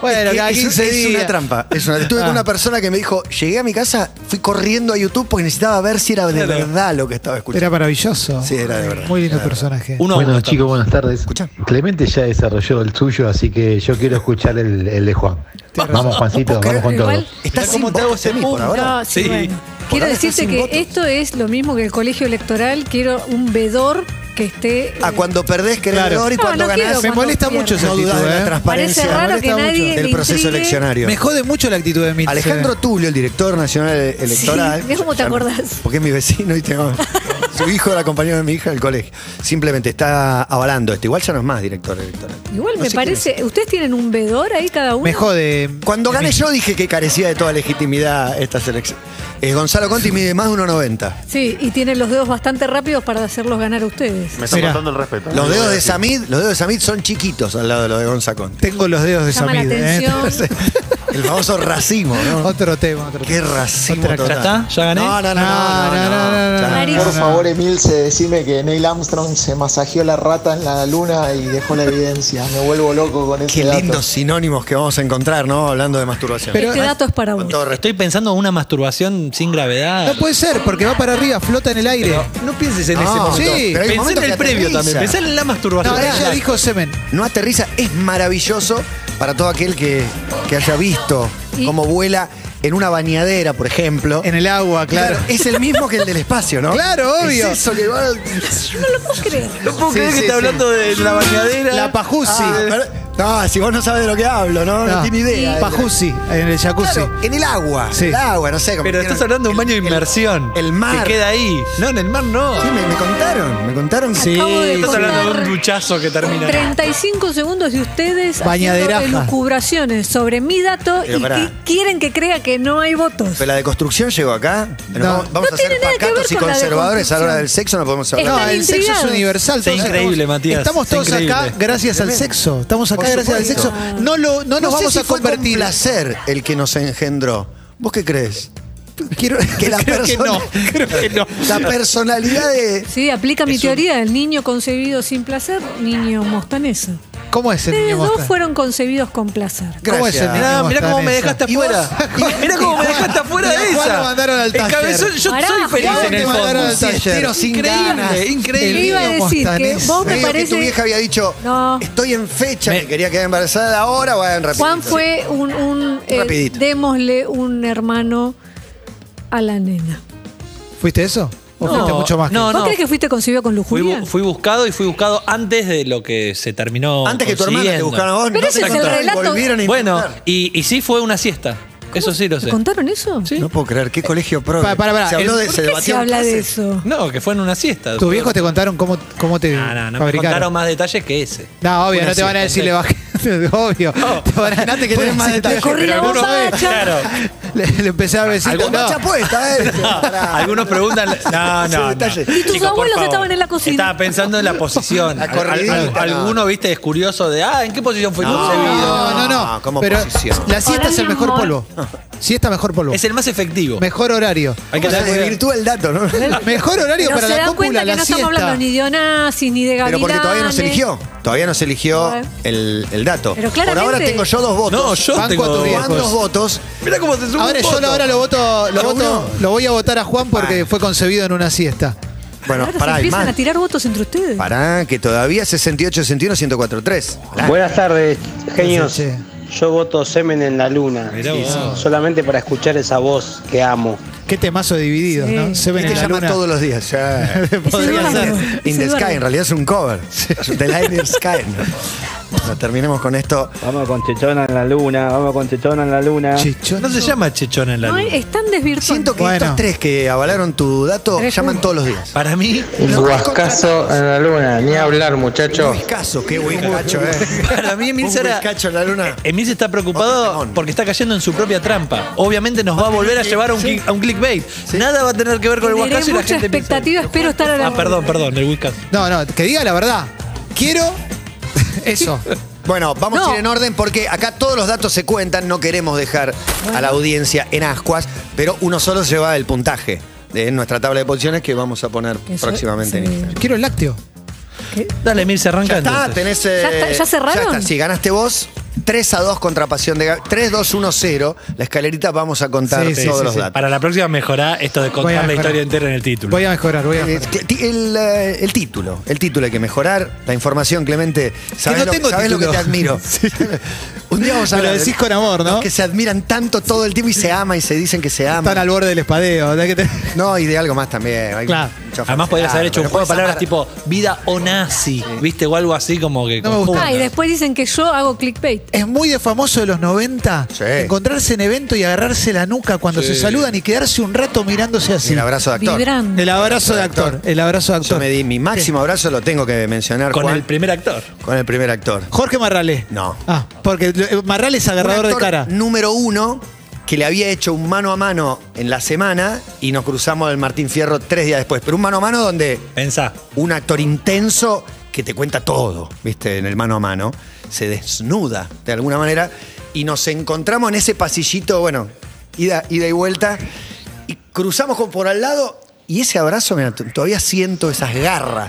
[SPEAKER 5] bueno,
[SPEAKER 2] Es que
[SPEAKER 5] cada
[SPEAKER 2] es-
[SPEAKER 5] 15
[SPEAKER 2] es,
[SPEAKER 5] días.
[SPEAKER 2] una trampa. es una- Estuve
[SPEAKER 5] Ah.
[SPEAKER 2] con una persona que me dijo, llegué a mi casa, fui corriendo a YouTube porque necesitaba ver si era de
[SPEAKER 3] Claro.
[SPEAKER 2] verdad lo que estaba
[SPEAKER 5] Era
[SPEAKER 2] escuchando.
[SPEAKER 5] maravilloso.
[SPEAKER 2] Sí, era de verdad.
[SPEAKER 5] Muy lindo personaje.
[SPEAKER 3] Uno a
[SPEAKER 8] bueno,
[SPEAKER 3] uno,
[SPEAKER 8] chicos, buenas tardes.
[SPEAKER 2] Escuchá.
[SPEAKER 8] Clemente ya desarrolló el suyo, así que yo quiero escuchar el, el de Juan. Vamos, Juancito,
[SPEAKER 2] ¿Puedo
[SPEAKER 8] vamos con
[SPEAKER 4] creer?
[SPEAKER 8] todo.
[SPEAKER 4] Igual-
[SPEAKER 2] Estás
[SPEAKER 3] Mirá cómo
[SPEAKER 2] sin
[SPEAKER 3] te hago
[SPEAKER 2] voz,
[SPEAKER 3] ese
[SPEAKER 2] Emi, por
[SPEAKER 3] punto.
[SPEAKER 2] ahora.
[SPEAKER 4] No, Ah, sí,
[SPEAKER 3] Sí.
[SPEAKER 4] bueno.
[SPEAKER 3] Por
[SPEAKER 4] Quiero
[SPEAKER 2] ahora estás
[SPEAKER 4] decirte
[SPEAKER 2] sin
[SPEAKER 4] que
[SPEAKER 2] voto.
[SPEAKER 4] esto es lo mismo que el colegio electoral. Quiero un vedor que esté. eh,
[SPEAKER 2] A cuando perdés querés
[SPEAKER 5] Claro.
[SPEAKER 2] ganador y
[SPEAKER 4] No,
[SPEAKER 2] cuando
[SPEAKER 4] no
[SPEAKER 2] ganás
[SPEAKER 4] quiero
[SPEAKER 5] Me molesta
[SPEAKER 4] cuando
[SPEAKER 5] mucho esa
[SPEAKER 2] no
[SPEAKER 5] actitud.
[SPEAKER 2] dudás de la
[SPEAKER 5] ¿eh?
[SPEAKER 2] transparencia
[SPEAKER 4] Parece raro
[SPEAKER 5] me
[SPEAKER 4] que
[SPEAKER 5] molesta
[SPEAKER 4] nadie
[SPEAKER 5] mucho.
[SPEAKER 4] le
[SPEAKER 2] del proceso
[SPEAKER 4] intrigue.
[SPEAKER 2] eleccionario.
[SPEAKER 5] Me jode mucho la actitud de eh. Mitch.
[SPEAKER 2] Alejandro Tulio, el director nacional electoral.
[SPEAKER 4] Sí, mirá cómo te
[SPEAKER 2] Ya no,
[SPEAKER 4] acordás.
[SPEAKER 2] Porque es mi vecino y tengo. Su hijo era compañero de mi hija del colegio. Simplemente está avalando esto. Igual ya no es más director electoral.
[SPEAKER 4] Igual
[SPEAKER 2] No
[SPEAKER 4] me
[SPEAKER 2] sé quién es.
[SPEAKER 4] parece. ¿Ustedes tienen un vedor ahí cada uno?
[SPEAKER 5] Me jode.
[SPEAKER 2] Cuando gané yo dije que carecía de toda legitimidad esta selección. Eh, Gonzalo Conti mide más de 1,90.
[SPEAKER 4] Sí, y tienen los dedos bastante rápidos para hacerlos ganar a ustedes.
[SPEAKER 9] Me están
[SPEAKER 5] Mirá.
[SPEAKER 9] faltando el respeto.
[SPEAKER 2] Los dedos de Samid, los dedos de Samid son chiquitos al lado de los de Gonzalo Conti.
[SPEAKER 5] Tengo los dedos de
[SPEAKER 4] Llama la
[SPEAKER 5] Samid. ¿eh?
[SPEAKER 4] atención.
[SPEAKER 5] Entonces,
[SPEAKER 2] El famoso racimo, ¿no?
[SPEAKER 5] Otro tema, otro
[SPEAKER 2] Qué
[SPEAKER 5] tema.
[SPEAKER 2] racimo
[SPEAKER 5] Otra-
[SPEAKER 2] total.
[SPEAKER 3] ¿Ya está? ¿Ya gané?
[SPEAKER 2] No, no, no, no, no, no, ya no.
[SPEAKER 4] Maris.
[SPEAKER 10] Por favor, Emilce, decime que Neil Armstrong se masajeó la rata en la luna y dejó la evidencia. Me vuelvo loco con ese
[SPEAKER 2] Qué
[SPEAKER 10] dato.
[SPEAKER 2] lindos sinónimos que vamos a encontrar, ¿no? Hablando de masturbación.
[SPEAKER 5] Pero-
[SPEAKER 4] este dato es para vos.
[SPEAKER 2] Con todo respeto.
[SPEAKER 3] Estoy pensando en una masturbación sin gravedad.
[SPEAKER 5] No puede ser, porque va para arriba, flota en el aire.
[SPEAKER 3] No pienses en
[SPEAKER 2] No,
[SPEAKER 3] ese momento.
[SPEAKER 2] sí, pero hay un
[SPEAKER 3] Pensá
[SPEAKER 2] momento
[SPEAKER 3] en
[SPEAKER 2] que
[SPEAKER 3] el previo
[SPEAKER 2] aterriza.
[SPEAKER 3] también. Pensá en la masturbación.
[SPEAKER 5] No, ella dijo semen.
[SPEAKER 2] no aterriza, es maravilloso para todo aquel que, que haya visto
[SPEAKER 4] Y-
[SPEAKER 2] cómo vuela en una bañadera, por ejemplo.
[SPEAKER 5] En el agua, claro.
[SPEAKER 2] es el mismo que el del espacio, ¿no?
[SPEAKER 5] Claro, obvio.
[SPEAKER 2] Es eso que va.
[SPEAKER 4] No lo puedo creer.
[SPEAKER 3] No puedo creer
[SPEAKER 5] sí,
[SPEAKER 3] que
[SPEAKER 5] sí,
[SPEAKER 3] está
[SPEAKER 5] sí.
[SPEAKER 3] hablando de la bañadera.
[SPEAKER 5] La pajusi.
[SPEAKER 2] Ah, pero- no, si vos no sabes de lo que hablo, no, no,
[SPEAKER 5] No.
[SPEAKER 2] tiene idea.
[SPEAKER 5] Ah. Pajusi, en el jacuzzi.
[SPEAKER 2] Claro, en el agua.
[SPEAKER 5] Sí.
[SPEAKER 2] El agua, no sé. como
[SPEAKER 3] Pero
[SPEAKER 2] que-
[SPEAKER 3] estás hablando de un baño de
[SPEAKER 2] el-
[SPEAKER 3] inmersión.
[SPEAKER 2] El, mar.
[SPEAKER 3] Que queda ahí. No, en el mar no.
[SPEAKER 2] Sí, me, me contaron, me contaron.
[SPEAKER 5] Sí.
[SPEAKER 4] Acabo de
[SPEAKER 3] Estás hablando de un
[SPEAKER 4] contar
[SPEAKER 3] duchazo que termina.
[SPEAKER 4] 35 segundos de ustedes
[SPEAKER 5] Bañaderaja.
[SPEAKER 4] haciendo elucubraciones sobre mi dato
[SPEAKER 2] Pero
[SPEAKER 4] y
[SPEAKER 2] pará.
[SPEAKER 4] que quieren que crea que no hay votos.
[SPEAKER 2] Pero la deconstrucción llegó acá. Pero
[SPEAKER 5] No.
[SPEAKER 2] vamos vamos
[SPEAKER 4] No
[SPEAKER 2] a ser
[SPEAKER 4] tiene nada que ver
[SPEAKER 2] pacatos y
[SPEAKER 4] con la
[SPEAKER 2] conservadores a la hora
[SPEAKER 4] deconstrucción.
[SPEAKER 2] del sexo, no podemos hablar.
[SPEAKER 4] Están
[SPEAKER 5] No, el sexo es
[SPEAKER 4] intrigados.
[SPEAKER 5] universal.
[SPEAKER 3] Está
[SPEAKER 5] todos
[SPEAKER 3] increíble,
[SPEAKER 5] estamos-
[SPEAKER 3] Matías,
[SPEAKER 5] Estamos
[SPEAKER 3] está
[SPEAKER 5] todos
[SPEAKER 3] increíble.
[SPEAKER 5] acá gracias al
[SPEAKER 2] Tremendo.
[SPEAKER 5] sexo. Estamos acá
[SPEAKER 2] Por
[SPEAKER 5] gracias al
[SPEAKER 2] supuesto.
[SPEAKER 5] sexo. No, lo, no nos
[SPEAKER 2] sé
[SPEAKER 5] vamos
[SPEAKER 2] si
[SPEAKER 5] a
[SPEAKER 2] fue
[SPEAKER 5] convertir.
[SPEAKER 2] Con placer el que nos engendró. ¿Vos qué crees? Quiero que la
[SPEAKER 5] Creo que
[SPEAKER 2] persona-
[SPEAKER 5] no, creo que no.
[SPEAKER 2] La personalidad de.
[SPEAKER 4] Sí, aplica mi teoría del niño concebido sin placer, niño mostanesa.
[SPEAKER 5] ¿Cómo es el
[SPEAKER 4] Ustedes
[SPEAKER 5] niño
[SPEAKER 4] dos
[SPEAKER 5] Mosca?
[SPEAKER 4] fueron concebidos con placer.
[SPEAKER 5] ¿Cómo es el
[SPEAKER 2] Gracias.
[SPEAKER 5] niño
[SPEAKER 3] Mirá, mirá
[SPEAKER 5] Mosca
[SPEAKER 3] Ah, cómo me
[SPEAKER 5] en esa?
[SPEAKER 3] dejaste
[SPEAKER 2] ¿Y vos?
[SPEAKER 3] afuera. Mirá cómo me dejaste afuera de
[SPEAKER 5] ¿Y a Juan
[SPEAKER 3] esa.
[SPEAKER 5] lo mandaron al
[SPEAKER 3] El
[SPEAKER 5] taller?
[SPEAKER 3] cabezón- yo
[SPEAKER 4] Pará,
[SPEAKER 3] soy feliz
[SPEAKER 4] ¿a
[SPEAKER 3] en
[SPEAKER 4] dónde
[SPEAKER 3] el
[SPEAKER 5] mandaron al
[SPEAKER 3] fondo.
[SPEAKER 5] taller?
[SPEAKER 2] Pero sin ganas.
[SPEAKER 3] Increíble,
[SPEAKER 4] Te
[SPEAKER 3] increíble.
[SPEAKER 4] iba a decir que
[SPEAKER 5] Mostanesa.
[SPEAKER 4] vos me
[SPEAKER 2] Medio que tu
[SPEAKER 4] parece.
[SPEAKER 2] vieja había dicho,
[SPEAKER 4] No.
[SPEAKER 2] estoy en fecha,
[SPEAKER 3] Me-
[SPEAKER 2] me quería quedar embarazada, ahora vayan rápido.
[SPEAKER 4] Juan fue un. un, eh,
[SPEAKER 2] Rapidito.
[SPEAKER 4] démosle un hermano a la nena.
[SPEAKER 5] ¿Fuiste eso? ¿O fuiste mucho más que
[SPEAKER 3] no,
[SPEAKER 5] eso?
[SPEAKER 4] ¿Vos
[SPEAKER 3] no.
[SPEAKER 4] crees que fuiste concebido con
[SPEAKER 3] Fui,
[SPEAKER 4] lujuria?
[SPEAKER 3] bu- fui buscado y fui buscado antes de lo que se terminó.
[SPEAKER 2] Antes que tu hermana te
[SPEAKER 3] consiguiendo.
[SPEAKER 2] buscaron a vos,
[SPEAKER 4] Pero
[SPEAKER 2] no
[SPEAKER 4] ese
[SPEAKER 2] te
[SPEAKER 4] es el
[SPEAKER 2] encontraron y
[SPEAKER 4] relato-
[SPEAKER 2] volvieron a
[SPEAKER 3] Bueno,
[SPEAKER 2] intentar.
[SPEAKER 3] y, y sí fue una siesta. Eso sí lo
[SPEAKER 4] ¿Te
[SPEAKER 3] sé.
[SPEAKER 4] contaron eso?
[SPEAKER 3] Sí.
[SPEAKER 2] No puedo creer, qué colegio pro.
[SPEAKER 5] Pa- para, para,
[SPEAKER 2] se habló
[SPEAKER 5] el-
[SPEAKER 2] de,
[SPEAKER 4] ¿Por
[SPEAKER 2] se
[SPEAKER 4] qué se
[SPEAKER 2] debatió en
[SPEAKER 4] habla de
[SPEAKER 2] clase.
[SPEAKER 4] eso?
[SPEAKER 3] No, que fue en una siesta.
[SPEAKER 5] ¿Tus viejos te contaron cómo, cómo te
[SPEAKER 3] No, no, no me
[SPEAKER 5] fabricaron?
[SPEAKER 3] contaron más detalles que ese.
[SPEAKER 5] no, obvio,
[SPEAKER 3] Una
[SPEAKER 5] no te van a decir le
[SPEAKER 3] siesta,
[SPEAKER 5] bajé. obvio. Te van a-
[SPEAKER 2] Imagínate que
[SPEAKER 5] Bueno,
[SPEAKER 2] tenés más
[SPEAKER 5] sí,
[SPEAKER 2] detalles,
[SPEAKER 5] te corrí
[SPEAKER 4] pero
[SPEAKER 5] la
[SPEAKER 4] algunos-
[SPEAKER 5] voz, ¿sabes?
[SPEAKER 3] Claro.
[SPEAKER 5] Le, le empecé a decir.
[SPEAKER 2] Con
[SPEAKER 5] no.
[SPEAKER 2] macha puesta, ¿eh? Pará.
[SPEAKER 3] Algunos preguntan. No,
[SPEAKER 2] Ese
[SPEAKER 3] no. no.
[SPEAKER 2] detalle.
[SPEAKER 4] ¿Y tus
[SPEAKER 3] Chicos, por
[SPEAKER 4] abuelos
[SPEAKER 3] favor.
[SPEAKER 4] estaban en la cocina?
[SPEAKER 3] Estaba pensando en la posición.
[SPEAKER 2] La
[SPEAKER 3] Al- al-
[SPEAKER 2] corridita,
[SPEAKER 3] al-
[SPEAKER 2] no.
[SPEAKER 3] alguno, viste, es curioso de, ah, ¿en qué posición fue concebido?
[SPEAKER 5] No, no, no.
[SPEAKER 2] No, como
[SPEAKER 5] Pero
[SPEAKER 2] posición.
[SPEAKER 5] la siesta
[SPEAKER 9] Hola,
[SPEAKER 5] es el
[SPEAKER 9] mi
[SPEAKER 5] mejor
[SPEAKER 9] amor.
[SPEAKER 5] polvo. Siesta mejor polvo.
[SPEAKER 3] Es el más efectivo.
[SPEAKER 5] Mejor horario.
[SPEAKER 3] Hay que
[SPEAKER 2] O sea, se
[SPEAKER 3] tener cuidado.
[SPEAKER 2] desvirtúa el dato, ¿no?
[SPEAKER 5] Mejor horario
[SPEAKER 4] Pero
[SPEAKER 5] para
[SPEAKER 4] se
[SPEAKER 5] la
[SPEAKER 4] dan
[SPEAKER 5] cópula,
[SPEAKER 4] cuenta que
[SPEAKER 5] la
[SPEAKER 4] no estamos hablando ni
[SPEAKER 5] siesta.
[SPEAKER 4] de Onassis, ni de
[SPEAKER 2] Pero
[SPEAKER 4] Gavilanes.
[SPEAKER 2] porque todavía no se eligió. Todavía no se eligió
[SPEAKER 4] Bueno.
[SPEAKER 2] el, el dato.
[SPEAKER 4] Pero
[SPEAKER 2] Por ahora
[SPEAKER 4] claramente-
[SPEAKER 2] tengo yo dos votos.
[SPEAKER 3] No, yo
[SPEAKER 5] Banco
[SPEAKER 3] tengo
[SPEAKER 5] a tu
[SPEAKER 2] Juan
[SPEAKER 5] viejo.
[SPEAKER 2] dos votos.
[SPEAKER 3] Mira cómo te sube
[SPEAKER 5] Ahora
[SPEAKER 3] un
[SPEAKER 5] yo
[SPEAKER 3] voto.
[SPEAKER 5] ahora lo voto, lo
[SPEAKER 2] ¿A
[SPEAKER 5] voto,
[SPEAKER 2] uno?
[SPEAKER 5] lo voy a votar a Juan porque
[SPEAKER 2] Bueno.
[SPEAKER 5] fue concebido en una siesta.
[SPEAKER 2] Bueno,
[SPEAKER 4] Ahora
[SPEAKER 2] pará,
[SPEAKER 4] se
[SPEAKER 2] hay
[SPEAKER 4] empiezan a
[SPEAKER 2] más.
[SPEAKER 4] tirar votos entre ustedes.
[SPEAKER 2] Pará, que todavía 68, 61, 104, 3.
[SPEAKER 9] Buenas tardes, genios.
[SPEAKER 5] Sí,
[SPEAKER 9] Yo voto semen en la luna.
[SPEAKER 3] Mirá vos.
[SPEAKER 9] so- Solamente para escuchar esa voz que amo.
[SPEAKER 5] Qué temazo de divididos,
[SPEAKER 4] Sí.
[SPEAKER 5] ¿no? Se ven
[SPEAKER 2] Este
[SPEAKER 5] en la
[SPEAKER 2] llama
[SPEAKER 5] luna.
[SPEAKER 2] todos los días. ya.
[SPEAKER 4] Podría Eduardo, ser. es
[SPEAKER 2] In the
[SPEAKER 4] Eduardo.
[SPEAKER 2] Sky, en realidad es un cover. The Liner Sky. Bueno, terminemos con esto.
[SPEAKER 9] Vamos con Chechona en la luna, vamos con Chechona en la luna.
[SPEAKER 5] Chichón.
[SPEAKER 3] No se llama chechón en la
[SPEAKER 4] No,
[SPEAKER 3] luna.
[SPEAKER 4] es tan desvirtuado.
[SPEAKER 2] Siento que
[SPEAKER 5] Bueno.
[SPEAKER 2] estos tres que avalaron tu dato
[SPEAKER 4] Tres
[SPEAKER 2] llaman
[SPEAKER 4] puntos.
[SPEAKER 2] todos los días.
[SPEAKER 3] Para mí,
[SPEAKER 2] Lo
[SPEAKER 9] Guascazo en la luna, ni hablar, muchachos.
[SPEAKER 2] Caso, qué buen cacho, eh.
[SPEAKER 3] Para mí, Emil
[SPEAKER 2] Un
[SPEAKER 3] Sara-
[SPEAKER 2] buen cacho en la luna.
[SPEAKER 3] Emil se está
[SPEAKER 2] Otro
[SPEAKER 3] preocupado
[SPEAKER 2] temón.
[SPEAKER 3] porque está cayendo en su propia trampa. Obviamente nos va a volver a llevar a un, click- a un clickbait. Nada va a tener que ver con el
[SPEAKER 4] Generé
[SPEAKER 3] Huascazo y la
[SPEAKER 4] mucha
[SPEAKER 3] gente piensa-
[SPEAKER 4] expectativa, espero estar a la...
[SPEAKER 3] Ah, perdón, perdón, el Huascazo.
[SPEAKER 5] No, no, que diga la verdad. Quiero eso.
[SPEAKER 2] Bueno, vamos
[SPEAKER 4] No.
[SPEAKER 2] a ir en orden porque acá todos los datos se cuentan, no queremos dejar a la audiencia en ascuas, pero uno solo se va el puntaje en nuestra tabla de posiciones que vamos a poner
[SPEAKER 4] Eso-
[SPEAKER 2] próximamente en
[SPEAKER 4] sí.
[SPEAKER 2] Instagram.
[SPEAKER 5] Quiero el lácteo.
[SPEAKER 3] Dale, Emil, se arranca
[SPEAKER 2] Ya está,
[SPEAKER 3] entonces.
[SPEAKER 2] tenés. eh,
[SPEAKER 4] ¿Ya está- ya cerraron?
[SPEAKER 2] está, sí, ganaste vos. 3 a 2 contra Pasión de Gavilanes. 3, 2, 1, 0. La escalerita vamos a contar
[SPEAKER 5] Sí, sí,
[SPEAKER 2] todos
[SPEAKER 5] sí,
[SPEAKER 2] los
[SPEAKER 5] sí.
[SPEAKER 2] datos.
[SPEAKER 3] Para la próxima mejorá esto de
[SPEAKER 5] Voy a
[SPEAKER 3] contar la
[SPEAKER 5] mejorar.
[SPEAKER 3] historia entera en el título.
[SPEAKER 5] Voy a mejorar, voy a
[SPEAKER 2] Eh,
[SPEAKER 5] mejorar.
[SPEAKER 2] ti- El, eh, el título, el título hay que mejorar. La información, Clemente, sabes,
[SPEAKER 5] no
[SPEAKER 2] lo,
[SPEAKER 5] tengo
[SPEAKER 2] sabés lo que
[SPEAKER 5] título.
[SPEAKER 2] te admiro.
[SPEAKER 5] Sí.
[SPEAKER 2] Un día vamos a
[SPEAKER 5] Me lo
[SPEAKER 2] hablar de-
[SPEAKER 5] decís con amor,
[SPEAKER 2] los
[SPEAKER 5] ¿no?
[SPEAKER 2] que se admiran tanto todo el tiempo y se ama y se dicen que se aman.
[SPEAKER 5] Están al borde del espadeo. ¿verdad que te-
[SPEAKER 2] No, y de algo más también. hay
[SPEAKER 5] Claro.
[SPEAKER 2] mucha
[SPEAKER 3] Además
[SPEAKER 2] falsedad,
[SPEAKER 3] podrías haber hecho un
[SPEAKER 2] pero
[SPEAKER 3] juego de
[SPEAKER 2] podés
[SPEAKER 3] palabras
[SPEAKER 2] amar.
[SPEAKER 3] tipo vida o nazi, ¿viste? O algo así como que...
[SPEAKER 5] No me gusta.
[SPEAKER 3] conjunta.
[SPEAKER 4] Ah, y después dicen que yo hago clickbait.
[SPEAKER 5] Es muy de famoso de los 90
[SPEAKER 2] Sí.
[SPEAKER 5] encontrarse en evento y agarrarse la nuca cuando se saludan y quedarse un rato mirándose
[SPEAKER 2] Y
[SPEAKER 5] así.
[SPEAKER 2] el abrazo de actor.
[SPEAKER 4] Vibrando.
[SPEAKER 5] El abrazo de actor. El abrazo de
[SPEAKER 2] Mm. Yo
[SPEAKER 5] actor.
[SPEAKER 2] me di mi máximo abrazo, lo tengo que mencionar
[SPEAKER 3] Con
[SPEAKER 2] Juan,
[SPEAKER 3] el primer actor.
[SPEAKER 2] con el primer actor.
[SPEAKER 5] Jorge Marrale.
[SPEAKER 2] No.
[SPEAKER 5] Ah, porque eh, Marrale es
[SPEAKER 2] Un
[SPEAKER 5] agarrador de
[SPEAKER 2] actor
[SPEAKER 5] cara.
[SPEAKER 2] Número uno que le había hecho un mano a mano en la semana y nos cruzamos el Martín Fierro tres días después. Pero un mano a mano donde
[SPEAKER 3] Pensá.
[SPEAKER 2] un actor intenso que te cuenta todo, ¿viste? En el mano a mano, se desnuda de alguna manera y nos encontramos en ese pasillito, bueno, ida, ida y vuelta, y cruzamos con- por al lado y ese abrazo, mira, t- todavía siento esas garras.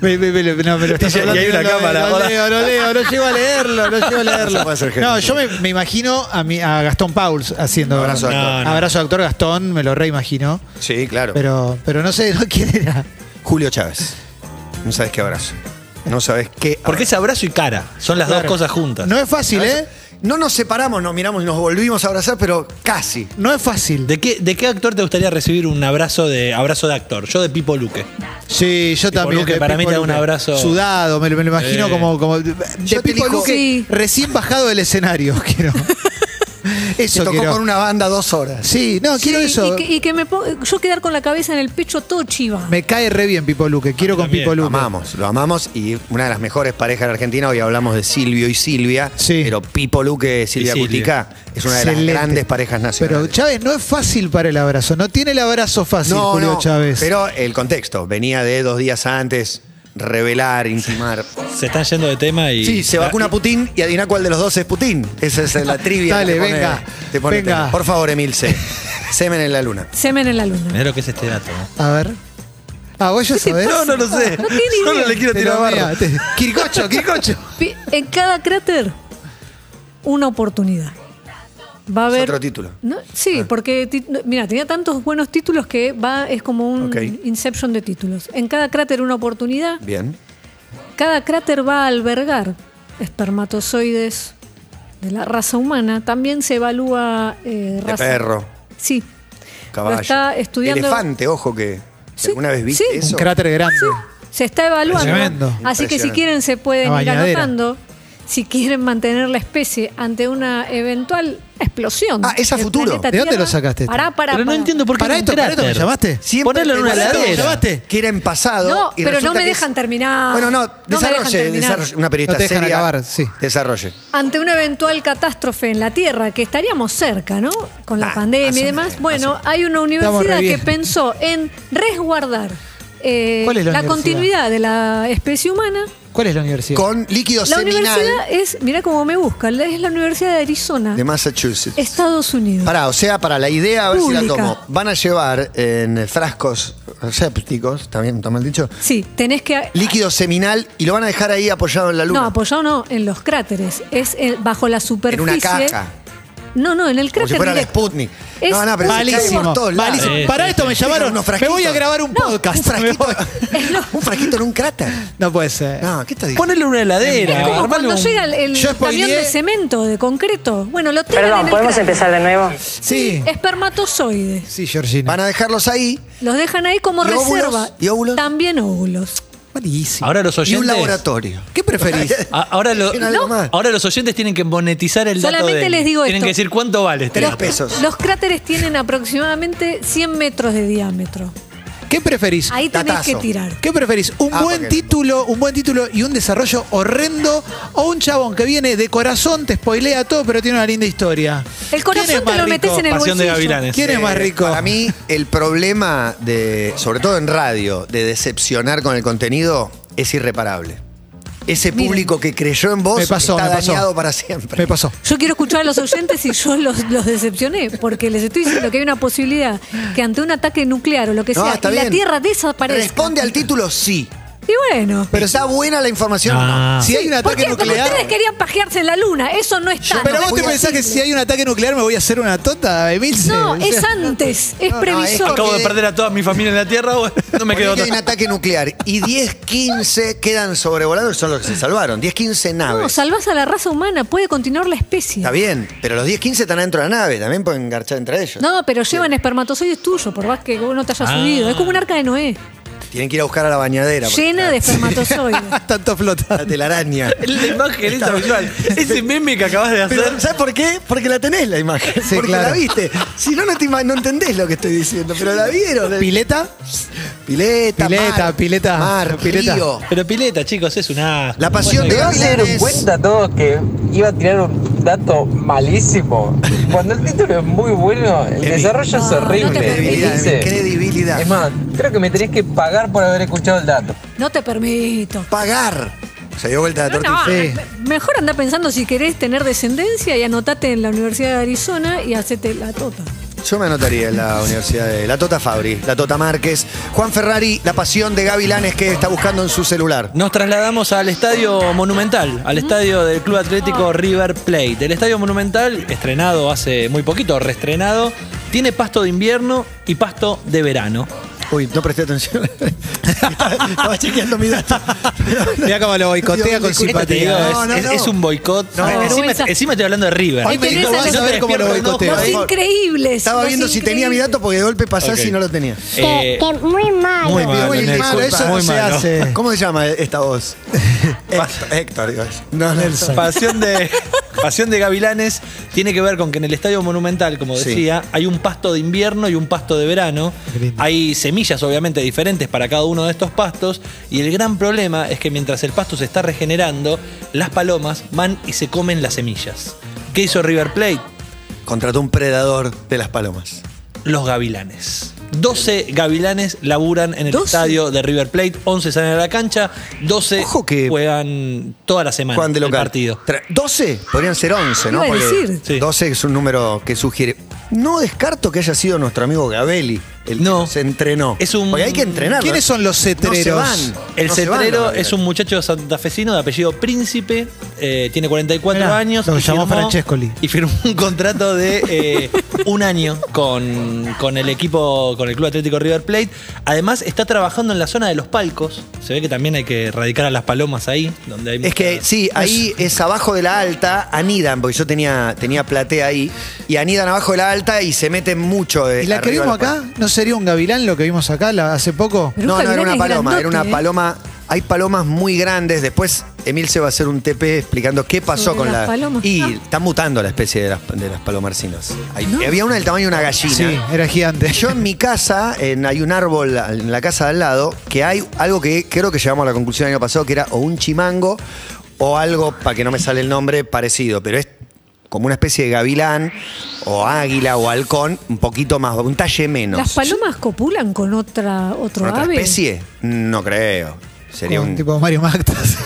[SPEAKER 5] Me- me- me- no, me lo estás
[SPEAKER 2] Y hay- y hay
[SPEAKER 5] hablando,
[SPEAKER 2] una
[SPEAKER 5] no,
[SPEAKER 2] cámara,
[SPEAKER 5] No
[SPEAKER 2] hola.
[SPEAKER 5] leo, no leo, no llego a leerlo, no llego a
[SPEAKER 2] No se puede hacer
[SPEAKER 5] leerlo.
[SPEAKER 2] gente.
[SPEAKER 5] No, yo me, me imagino a, mi, a Gastón Pauls haciendo.
[SPEAKER 2] Un abrazo de
[SPEAKER 3] No,
[SPEAKER 2] actor.
[SPEAKER 3] no.
[SPEAKER 5] Abrazo de actor Gastón, me lo reimagino.
[SPEAKER 2] Sí, claro.
[SPEAKER 5] Pero, pero no sé no, quién era.
[SPEAKER 2] Julio Chávez. No sabes qué abrazo. No sabes qué.
[SPEAKER 3] Porque es abrazo y cara. Son las
[SPEAKER 5] Claro.
[SPEAKER 3] dos cosas juntas.
[SPEAKER 5] No es fácil,
[SPEAKER 2] abrazo.
[SPEAKER 5] ¿eh?
[SPEAKER 2] No nos separamos, nos miramos y nos volvimos a abrazar, pero casi.
[SPEAKER 5] No es fácil.
[SPEAKER 3] ¿De qué, ¿De qué actor te gustaría recibir un abrazo de abrazo de actor? Yo de Pipo Luque.
[SPEAKER 5] Sí, yo
[SPEAKER 3] Tipo
[SPEAKER 5] también.
[SPEAKER 3] Luque,
[SPEAKER 5] de
[SPEAKER 3] para
[SPEAKER 5] Pipo
[SPEAKER 3] mí te da un
[SPEAKER 5] Luque.
[SPEAKER 3] abrazo.
[SPEAKER 5] Sudado, me, lo- me lo imagino
[SPEAKER 3] Eh.
[SPEAKER 5] como, como. De
[SPEAKER 2] Yo te
[SPEAKER 5] Pipo
[SPEAKER 2] elijo-
[SPEAKER 5] Luque,
[SPEAKER 4] Sí.
[SPEAKER 5] recién bajado del escenario, quiero.
[SPEAKER 2] Se
[SPEAKER 5] Eso
[SPEAKER 2] tocó
[SPEAKER 5] quiero.
[SPEAKER 2] con una banda dos horas.
[SPEAKER 5] Sí, no, quiero
[SPEAKER 4] Sí,
[SPEAKER 5] eso.
[SPEAKER 4] Y que, y que me po- yo quedar con la cabeza en el pecho todo chiva.
[SPEAKER 5] Me cae re bien Pipo Luque. Quiero con
[SPEAKER 3] también.
[SPEAKER 5] Pipo
[SPEAKER 2] Lo
[SPEAKER 5] Luque.
[SPEAKER 2] amamos, lo amamos y una de las mejores parejas de Argentina, hoy hablamos de Silvio y Silvia,
[SPEAKER 5] Sí.
[SPEAKER 2] pero Pipo Luque, Silvia
[SPEAKER 3] Y Silvio.
[SPEAKER 2] Cutica, es una de
[SPEAKER 5] Excelente.
[SPEAKER 2] las grandes parejas
[SPEAKER 5] Pero
[SPEAKER 2] nacionales.
[SPEAKER 5] Chávez no es fácil para el abrazo. No tiene el abrazo fácil,
[SPEAKER 2] no,
[SPEAKER 5] Julio
[SPEAKER 2] no,
[SPEAKER 5] Chávez.
[SPEAKER 2] pero el contexto, venía de dos días antes, revelar, intimar.
[SPEAKER 3] Se están yendo de tema y.
[SPEAKER 2] Sí, se vacuna Putin y adivina cuál de los dos es Putin. Esa es la trivia. que
[SPEAKER 5] Dale,
[SPEAKER 2] te pone-
[SPEAKER 5] venga,
[SPEAKER 2] te pone
[SPEAKER 5] venga.
[SPEAKER 2] tema. Por favor, Emilce, semen en la luna.
[SPEAKER 4] Semen en la luna.
[SPEAKER 3] Mirá lo que es este dato. ¿no?
[SPEAKER 5] A ver. Ah, vos ya sabés.
[SPEAKER 3] lo sé.
[SPEAKER 4] No tiene idea.
[SPEAKER 3] Solo le quiero
[SPEAKER 5] Pero
[SPEAKER 3] tirar barro.
[SPEAKER 5] mira, Ah, te- Quircocho, Quircocho.
[SPEAKER 4] Pi- En cada cráter, una oportunidad. Va a
[SPEAKER 2] Es
[SPEAKER 4] haber.
[SPEAKER 2] otro título.
[SPEAKER 4] No,
[SPEAKER 2] Ah.
[SPEAKER 4] sí, porque ti- no, mira, tenía tantos buenos títulos que va es como un
[SPEAKER 2] Ok.
[SPEAKER 4] inception de títulos. En cada cráter una oportunidad.
[SPEAKER 2] Bien.
[SPEAKER 4] Cada cráter va a albergar espermatozoides de la raza humana. También se evalúa
[SPEAKER 2] De
[SPEAKER 4] eh, raza.
[SPEAKER 2] perro,
[SPEAKER 4] Sí. Lo
[SPEAKER 2] caballo.
[SPEAKER 4] está estudiando.
[SPEAKER 2] Elefante, ojo que.
[SPEAKER 4] Sí,
[SPEAKER 2] ¿Alguna vez viste
[SPEAKER 4] sí.
[SPEAKER 2] eso?
[SPEAKER 5] Un cráter grande.
[SPEAKER 4] Se está evaluando.
[SPEAKER 5] Tremendo.
[SPEAKER 4] Así que si
[SPEAKER 2] Impresionante.
[SPEAKER 4] quieren se pueden
[SPEAKER 5] Una
[SPEAKER 4] ir
[SPEAKER 5] bañadera.
[SPEAKER 4] anotando si quieren mantener la especie ante una eventual explosión.
[SPEAKER 2] Ah, es a
[SPEAKER 4] del
[SPEAKER 2] futuro.
[SPEAKER 4] planeta
[SPEAKER 5] ¿De dónde
[SPEAKER 4] Tierra.
[SPEAKER 5] lo sacaste esto?
[SPEAKER 4] Pará, pará,
[SPEAKER 3] Pero no
[SPEAKER 4] pará.
[SPEAKER 3] entiendo por qué
[SPEAKER 5] ¿Para
[SPEAKER 3] era un
[SPEAKER 5] esto, para esto me
[SPEAKER 3] crater.
[SPEAKER 5] llamaste?
[SPEAKER 3] Ponelo en una
[SPEAKER 2] pensé que
[SPEAKER 5] ¿Para esto me
[SPEAKER 3] heladera.
[SPEAKER 5] llamaste?
[SPEAKER 2] Que era en pasado.
[SPEAKER 4] No,
[SPEAKER 2] y
[SPEAKER 4] pero
[SPEAKER 2] resulta
[SPEAKER 4] no me
[SPEAKER 2] que
[SPEAKER 4] dejan terminar.
[SPEAKER 2] Bueno, no,
[SPEAKER 4] No me dejan
[SPEAKER 2] desarrolle,
[SPEAKER 4] terminar.
[SPEAKER 2] desarrolle. Una periodista
[SPEAKER 5] No te dejan
[SPEAKER 2] seria,
[SPEAKER 5] acabar, sí.
[SPEAKER 2] Desarrolle.
[SPEAKER 4] Ante una eventual catástrofe en la Tierra, que estaríamos cerca, ¿no? Con la
[SPEAKER 2] Ah, más
[SPEAKER 4] pandemia
[SPEAKER 2] o
[SPEAKER 4] y demás.
[SPEAKER 2] menos,
[SPEAKER 4] Bueno, hay una
[SPEAKER 5] Estamos
[SPEAKER 4] universidad
[SPEAKER 5] re
[SPEAKER 4] que
[SPEAKER 5] bien.
[SPEAKER 4] pensó en resguardar eh,
[SPEAKER 5] ¿Cuál es la
[SPEAKER 4] la
[SPEAKER 5] universidad?
[SPEAKER 4] continuidad de la especie humana.
[SPEAKER 5] ¿Cuál es la universidad?
[SPEAKER 2] Con líquido
[SPEAKER 4] La
[SPEAKER 2] seminal
[SPEAKER 4] universidad es, mirá cómo me busca, es la Universidad de Arizona,
[SPEAKER 2] de Massachusetts.
[SPEAKER 4] Estados Unidos.
[SPEAKER 2] Pará, o sea, para la idea, a ver si la
[SPEAKER 4] Pública.
[SPEAKER 2] tomo. Van a llevar en frascos sépticos, ¿está bien? ¿Está mal dicho?
[SPEAKER 4] Sí, tenés que...
[SPEAKER 2] Líquido seminal y lo van a dejar ahí apoyado en la luna.
[SPEAKER 4] No, apoyado no, en los cráteres. Es eh, bajo la
[SPEAKER 2] en
[SPEAKER 4] superficie.
[SPEAKER 2] una caja.
[SPEAKER 4] No, no, en el
[SPEAKER 2] Como
[SPEAKER 4] cráter
[SPEAKER 2] si fuera la
[SPEAKER 4] directo.
[SPEAKER 2] Sputnik.
[SPEAKER 4] Es
[SPEAKER 2] no, no, pero se cae
[SPEAKER 5] Malísimo.
[SPEAKER 2] por todos lados.
[SPEAKER 5] malísimo.
[SPEAKER 3] Sí,
[SPEAKER 5] Para
[SPEAKER 3] sí,
[SPEAKER 5] esto me
[SPEAKER 2] sí.
[SPEAKER 5] llamaron.
[SPEAKER 2] Unos
[SPEAKER 5] Me
[SPEAKER 2] frasquitos.
[SPEAKER 5] voy a grabar un
[SPEAKER 4] No,
[SPEAKER 5] podcast.
[SPEAKER 2] Un frasquito,
[SPEAKER 5] Me voy.
[SPEAKER 2] un frasquito en un cráter.
[SPEAKER 5] No puede ser.
[SPEAKER 2] No, ¿qué estás diciendo?
[SPEAKER 3] Ponelo en una heladera.
[SPEAKER 4] Es como
[SPEAKER 3] armalo
[SPEAKER 4] cuando
[SPEAKER 3] un-
[SPEAKER 4] llega el, el
[SPEAKER 5] Yo spoileé-
[SPEAKER 4] camión de cemento, de concreto. Bueno, lo tiran en el cráter.
[SPEAKER 11] de nuevo?
[SPEAKER 5] Sí.
[SPEAKER 4] Espermatozoides.
[SPEAKER 5] Sí, Georgina.
[SPEAKER 2] Van a dejarlos ahí
[SPEAKER 4] Los dejan ahí como
[SPEAKER 2] ¿Y óvulos?
[SPEAKER 4] reserva.
[SPEAKER 2] ¿Y óvulos?
[SPEAKER 4] También óvulos.
[SPEAKER 5] Malísimo.
[SPEAKER 3] Ahora los
[SPEAKER 2] y un
[SPEAKER 3] oyentes.
[SPEAKER 2] laboratorio.
[SPEAKER 5] ¿Qué preferís?
[SPEAKER 3] a- Ahora, lo-
[SPEAKER 2] Tiene algo
[SPEAKER 3] No.
[SPEAKER 2] más.
[SPEAKER 3] ahora los oyentes tienen que monetizar el dato.
[SPEAKER 4] Solamente
[SPEAKER 3] del-
[SPEAKER 4] les digo
[SPEAKER 3] Tienen
[SPEAKER 4] esto.
[SPEAKER 3] que decir cuánto vale este
[SPEAKER 2] Tres
[SPEAKER 3] dato.
[SPEAKER 2] pesos.
[SPEAKER 4] Los cráteres tienen aproximadamente 100 metros de diámetro.
[SPEAKER 5] ¿Qué preferís?
[SPEAKER 4] Ahí tenés
[SPEAKER 2] Datazo.
[SPEAKER 4] que tirar.
[SPEAKER 5] ¿Qué preferís? ¿Un
[SPEAKER 2] Ah,
[SPEAKER 5] buen
[SPEAKER 2] porque-
[SPEAKER 5] título, un buen título y un desarrollo horrendo? ¿O un chabón que viene de corazón, te spoilea todo, pero tiene una linda historia?
[SPEAKER 4] El
[SPEAKER 5] ¿Quién
[SPEAKER 4] corazón
[SPEAKER 5] es
[SPEAKER 4] te
[SPEAKER 5] más
[SPEAKER 4] lo
[SPEAKER 5] rico?
[SPEAKER 4] metes en el
[SPEAKER 3] Pasión de
[SPEAKER 4] bolsillo.
[SPEAKER 3] gavilanes.
[SPEAKER 5] ¿Quién es más rico?
[SPEAKER 2] Eh, Para mí, el problema de, sobre todo en radio, de decepcionar con el contenido es irreparable. Ese
[SPEAKER 4] Miren.
[SPEAKER 2] público que creyó en vos
[SPEAKER 5] Me pasó,
[SPEAKER 2] está
[SPEAKER 5] me pasó.
[SPEAKER 2] dañado para siempre.
[SPEAKER 5] Me pasó.
[SPEAKER 4] Yo quiero escuchar a los oyentes y yo los, los decepcioné, porque les estoy diciendo que hay una posibilidad que ante un ataque nuclear o lo que
[SPEAKER 2] No,
[SPEAKER 4] sea,
[SPEAKER 2] está
[SPEAKER 4] y la
[SPEAKER 2] bien.
[SPEAKER 4] Tierra desaparezca.
[SPEAKER 2] Responde al título sí.
[SPEAKER 4] Y bueno.
[SPEAKER 2] Pero está buena la información. o
[SPEAKER 3] Ah.
[SPEAKER 2] no?
[SPEAKER 5] Si hay un
[SPEAKER 4] ¿Por
[SPEAKER 5] ataque
[SPEAKER 4] qué? Porque
[SPEAKER 5] nuclear.
[SPEAKER 4] ustedes querían pajearse en la luna. Eso no
[SPEAKER 2] Yo
[SPEAKER 4] está.
[SPEAKER 5] Pero
[SPEAKER 2] No,
[SPEAKER 5] vos
[SPEAKER 2] voy
[SPEAKER 5] te
[SPEAKER 2] a
[SPEAKER 5] pensás que
[SPEAKER 2] decirlo.
[SPEAKER 5] si hay un ataque nuclear me voy a hacer una tota, Emilce.
[SPEAKER 4] No,
[SPEAKER 5] O sea,
[SPEAKER 4] es antes. Es
[SPEAKER 2] No, no,
[SPEAKER 4] previsor.
[SPEAKER 2] es
[SPEAKER 3] Acabo de perder a toda mi familia en la tierra. bueno, No me
[SPEAKER 2] Ponele
[SPEAKER 3] quedo
[SPEAKER 2] que hay un
[SPEAKER 3] otra.
[SPEAKER 2] ataque nuclear y 10, 15 quedan sobrevolados, son los que se salvaron. 10, 15 naves.
[SPEAKER 4] No, salvás a la raza humana. Puede continuar la especie.
[SPEAKER 2] Está bien, pero los 10, 15 están adentro de la nave, también pueden engarchar entre ellos.
[SPEAKER 4] No, pero llevan espermatozoides tuyos, por más que vos no te hayas
[SPEAKER 3] Ah.
[SPEAKER 4] subido. Es como un arca de Noé,
[SPEAKER 2] Tienen que ir a buscar a la bañadera. porque
[SPEAKER 4] llena de
[SPEAKER 2] está-
[SPEAKER 4] espermatozoides.
[SPEAKER 5] Tanto
[SPEAKER 2] La
[SPEAKER 5] flotando.
[SPEAKER 2] telaraña.
[SPEAKER 3] La imagen esa visual. Ese meme que acabas de hacer.
[SPEAKER 2] Pero, ¿Sabes por qué? Porque la tenés la imagen.
[SPEAKER 5] Sí,
[SPEAKER 2] porque
[SPEAKER 5] claro.
[SPEAKER 2] la viste. Si no, no, te ima- no entendés lo que estoy diciendo. Pero la vieron.
[SPEAKER 5] ¿Pileta?
[SPEAKER 2] Pileta,
[SPEAKER 5] Pileta,
[SPEAKER 2] mar,
[SPEAKER 5] pileta,
[SPEAKER 2] Mar,
[SPEAKER 5] pileta.
[SPEAKER 2] río.
[SPEAKER 3] Pero pileta, chicos, es una.
[SPEAKER 2] La pasión de
[SPEAKER 11] se dieron
[SPEAKER 2] Gavilanes.
[SPEAKER 11] cuenta todos que iba a tirar un dato malísimo. Cuando el título es muy bueno, el desarrollo es
[SPEAKER 4] no, no te
[SPEAKER 11] horrible. Y
[SPEAKER 4] permitís.
[SPEAKER 2] Credibilidad,
[SPEAKER 11] dice-
[SPEAKER 2] credibilidad.
[SPEAKER 11] es más, creo que me tenés que pagar por haber escuchado el dato.
[SPEAKER 4] No te permito.
[SPEAKER 2] Pagar. Se dio vuelta la
[SPEAKER 4] No,
[SPEAKER 2] tortilla.
[SPEAKER 5] Sí.
[SPEAKER 4] no, me- mejor anda pensando si querés tener descendencia y anotate en la Universidad de Arizona y hacete la tota.
[SPEAKER 2] Yo me anotaría en la Universidad de La Tota Fabri, La Tota Márquez, Juan Ferrari, la pasión de Gavilanes que está buscando en su celular.
[SPEAKER 3] Nos trasladamos al estadio Monumental, al estadio del Club Atlético River Plate. El estadio Monumental, estrenado hace muy poquito, reestrenado, tiene pasto de invierno y pasto de verano.
[SPEAKER 2] Uy, no presté atención. Estaba chequeando mi data.
[SPEAKER 5] Mirá cómo lo boicotea
[SPEAKER 2] Dios,
[SPEAKER 5] con
[SPEAKER 2] disculpa,
[SPEAKER 3] Esta te digo,
[SPEAKER 5] simpatía.
[SPEAKER 2] No,
[SPEAKER 3] es,
[SPEAKER 2] no,
[SPEAKER 3] es-
[SPEAKER 2] no.
[SPEAKER 3] es un boicot.
[SPEAKER 2] No,
[SPEAKER 3] encima,
[SPEAKER 4] vergüenza.
[SPEAKER 3] encima estoy hablando de River.
[SPEAKER 5] Hoy me
[SPEAKER 4] tenés
[SPEAKER 5] dijo,
[SPEAKER 4] a
[SPEAKER 5] vas
[SPEAKER 4] los-
[SPEAKER 5] a ver cómo lo
[SPEAKER 3] No te despierto,
[SPEAKER 5] boicoteo.
[SPEAKER 4] Los
[SPEAKER 2] Ahí.
[SPEAKER 4] increíbles.
[SPEAKER 2] Estaba
[SPEAKER 4] los
[SPEAKER 2] viendo si tenía mi
[SPEAKER 4] increíbles.
[SPEAKER 2] dato pues, porque de golpe pasás
[SPEAKER 3] Ok.
[SPEAKER 2] y no lo tenía.
[SPEAKER 3] Eh,
[SPEAKER 11] muy mal.
[SPEAKER 3] muy malo,
[SPEAKER 2] Muy
[SPEAKER 3] Nelson,
[SPEAKER 2] malo, eso no
[SPEAKER 3] muy
[SPEAKER 5] se
[SPEAKER 3] malo.
[SPEAKER 5] hace. Sí.
[SPEAKER 2] ¿Cómo se llama esta voz? Héctor, Héctor, digo. No, Nelson.
[SPEAKER 3] Pasión de, Pasión de Gavilanes tiene que ver con que en el Estadio Monumental, como
[SPEAKER 2] Sí.
[SPEAKER 3] decía, hay un pasto de invierno y un pasto de verano. Hay semillas, obviamente, diferentes para cada uno de estos pastos. Y el gran problema es que mientras el pasto se está regenerando, las palomas van y se comen las semillas. ¿Qué hizo River Plate?
[SPEAKER 2] Contrató un predador de las palomas.
[SPEAKER 3] Los gavilanes. 12 gavilanes laburan en el
[SPEAKER 4] 12.
[SPEAKER 3] estadio de River Plate, 11 salen a la cancha, 12
[SPEAKER 2] Ojo que-
[SPEAKER 3] juegan toda la semana
[SPEAKER 2] Juan de
[SPEAKER 3] el
[SPEAKER 2] local.
[SPEAKER 3] partido.
[SPEAKER 2] Tra- 12, podrían ser 11, ¿no?
[SPEAKER 4] Iba a
[SPEAKER 2] Porque
[SPEAKER 4] decir.
[SPEAKER 3] Sí.
[SPEAKER 2] 12 es un número que sugiere. No descarto que haya sido nuestro amigo Gabelli el que
[SPEAKER 3] No.
[SPEAKER 2] nos entrenó.
[SPEAKER 3] Es un-
[SPEAKER 2] Porque hay que entrenar.
[SPEAKER 5] ¿Quiénes son los cetreros?
[SPEAKER 2] No se van.
[SPEAKER 3] El
[SPEAKER 2] No se van
[SPEAKER 3] cetrero
[SPEAKER 2] los
[SPEAKER 3] es un muchacho santafesino de apellido Príncipe, eh, tiene 44
[SPEAKER 5] Mirá,
[SPEAKER 3] años.
[SPEAKER 5] lo
[SPEAKER 3] y
[SPEAKER 5] llamó Francescoli.
[SPEAKER 3] Y firmó un contrato de eh, un año con, con el equipo, con el Club Atlético River Plate. Además, está trabajando en la zona de los palcos. Se ve que también hay que erradicar a las palomas ahí, donde hay
[SPEAKER 2] Es que
[SPEAKER 3] mucha-
[SPEAKER 2] sí, ahí es abajo de la alta, anidan, porque yo tenía, tenía platea ahí, y anidan abajo de la alta y se meten mucho. de
[SPEAKER 5] ¿Y la que
[SPEAKER 2] arriba
[SPEAKER 5] vimos
[SPEAKER 2] de
[SPEAKER 5] acá?
[SPEAKER 2] palma.
[SPEAKER 5] ¿No se sería un gavilán lo que vimos acá la- hace poco?
[SPEAKER 2] No, no, era una paloma, era
[SPEAKER 4] ¿eh?
[SPEAKER 2] una paloma. Hay palomas muy grandes. Después Emil se va a hacer un TP explicando qué pasó
[SPEAKER 4] Sobre
[SPEAKER 2] con
[SPEAKER 4] las
[SPEAKER 2] la.
[SPEAKER 4] palomas.
[SPEAKER 2] Y
[SPEAKER 4] Ah.
[SPEAKER 2] está mutando la especie de las, de las palomarcinas. Hay- Había una del tamaño de una gallina.
[SPEAKER 5] Sí, era gigante.
[SPEAKER 2] Yo en mi casa, en- hay un árbol en la casa de al lado, que hay algo que creo que llegamos a la conclusión el año pasado, que era o un chimango o algo, para que no me sale el nombre, parecido, pero es como una especie de gavilán o águila o halcón, un poquito más, un talle menos.
[SPEAKER 4] ¿Las palomas copulan con otra, otro
[SPEAKER 2] ¿Con otra
[SPEAKER 4] ave?
[SPEAKER 2] especie? No creo. Sería
[SPEAKER 5] Un
[SPEAKER 2] un...
[SPEAKER 5] tipo Mario Magdas.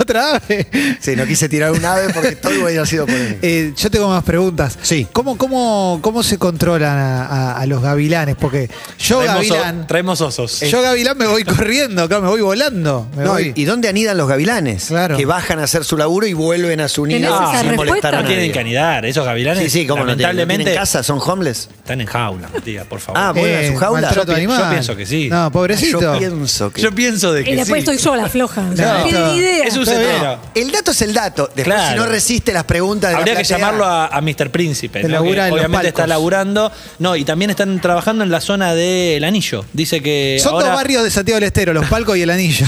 [SPEAKER 5] Otra ave.
[SPEAKER 2] Sí, no quise tirar un ave porque todo hubiera sido polémico.
[SPEAKER 5] Eh, yo tengo más preguntas. Sí. ¿Cómo, cómo, cómo se controlan a, a- a los gavilanes? Porque yo
[SPEAKER 3] Traemos, o-
[SPEAKER 5] gavilán,
[SPEAKER 3] traemos osos.
[SPEAKER 5] yo gavilán me voy corriendo, acá me voy volando. me
[SPEAKER 2] No,
[SPEAKER 5] voy.
[SPEAKER 2] ¿y dónde anidan los gavilanes?
[SPEAKER 5] Claro.
[SPEAKER 2] Que bajan a hacer su laburo y vuelven a su
[SPEAKER 4] ¿Tenés
[SPEAKER 2] nido
[SPEAKER 4] esa
[SPEAKER 2] ah, sin molestar
[SPEAKER 4] respuesta?
[SPEAKER 2] a
[SPEAKER 3] no tienen
[SPEAKER 2] nadie.
[SPEAKER 3] que anidar, esos gavilanes
[SPEAKER 2] Sí, sí, como no tienen, no
[SPEAKER 3] lamentablemente
[SPEAKER 2] tienen casa, son homeless.
[SPEAKER 5] Ah,
[SPEAKER 3] están en jaula, Matías, por favor.
[SPEAKER 2] Ah, vuelven a su jaula.
[SPEAKER 5] eh, maltrato
[SPEAKER 3] Yo pi- yo
[SPEAKER 5] animal.
[SPEAKER 3] pienso que sí.
[SPEAKER 5] No, pobrecito.
[SPEAKER 2] Yo pienso que
[SPEAKER 3] Yo pienso de que
[SPEAKER 4] Y después
[SPEAKER 3] sí.
[SPEAKER 4] estoy yo la floja. No,
[SPEAKER 5] No,
[SPEAKER 4] tiene ni idea.
[SPEAKER 3] Es un
[SPEAKER 5] Está bien.
[SPEAKER 3] setero.
[SPEAKER 2] El dato es el dato. Después,
[SPEAKER 3] Claro.
[SPEAKER 2] si no resiste las preguntas de
[SPEAKER 3] Habría
[SPEAKER 2] la
[SPEAKER 3] que
[SPEAKER 2] platea,
[SPEAKER 3] llamarlo a, a Mr. Príncipe,
[SPEAKER 5] Que
[SPEAKER 3] ¿no?
[SPEAKER 5] labura
[SPEAKER 3] Que
[SPEAKER 5] en los
[SPEAKER 3] obviamente está
[SPEAKER 5] palcos.
[SPEAKER 3] laburando. No, y también están trabajando en la zona del anillo. Dice que
[SPEAKER 5] Son dos
[SPEAKER 3] ahora
[SPEAKER 5] barrios de Santiago del Estero, los palcos y el anillo.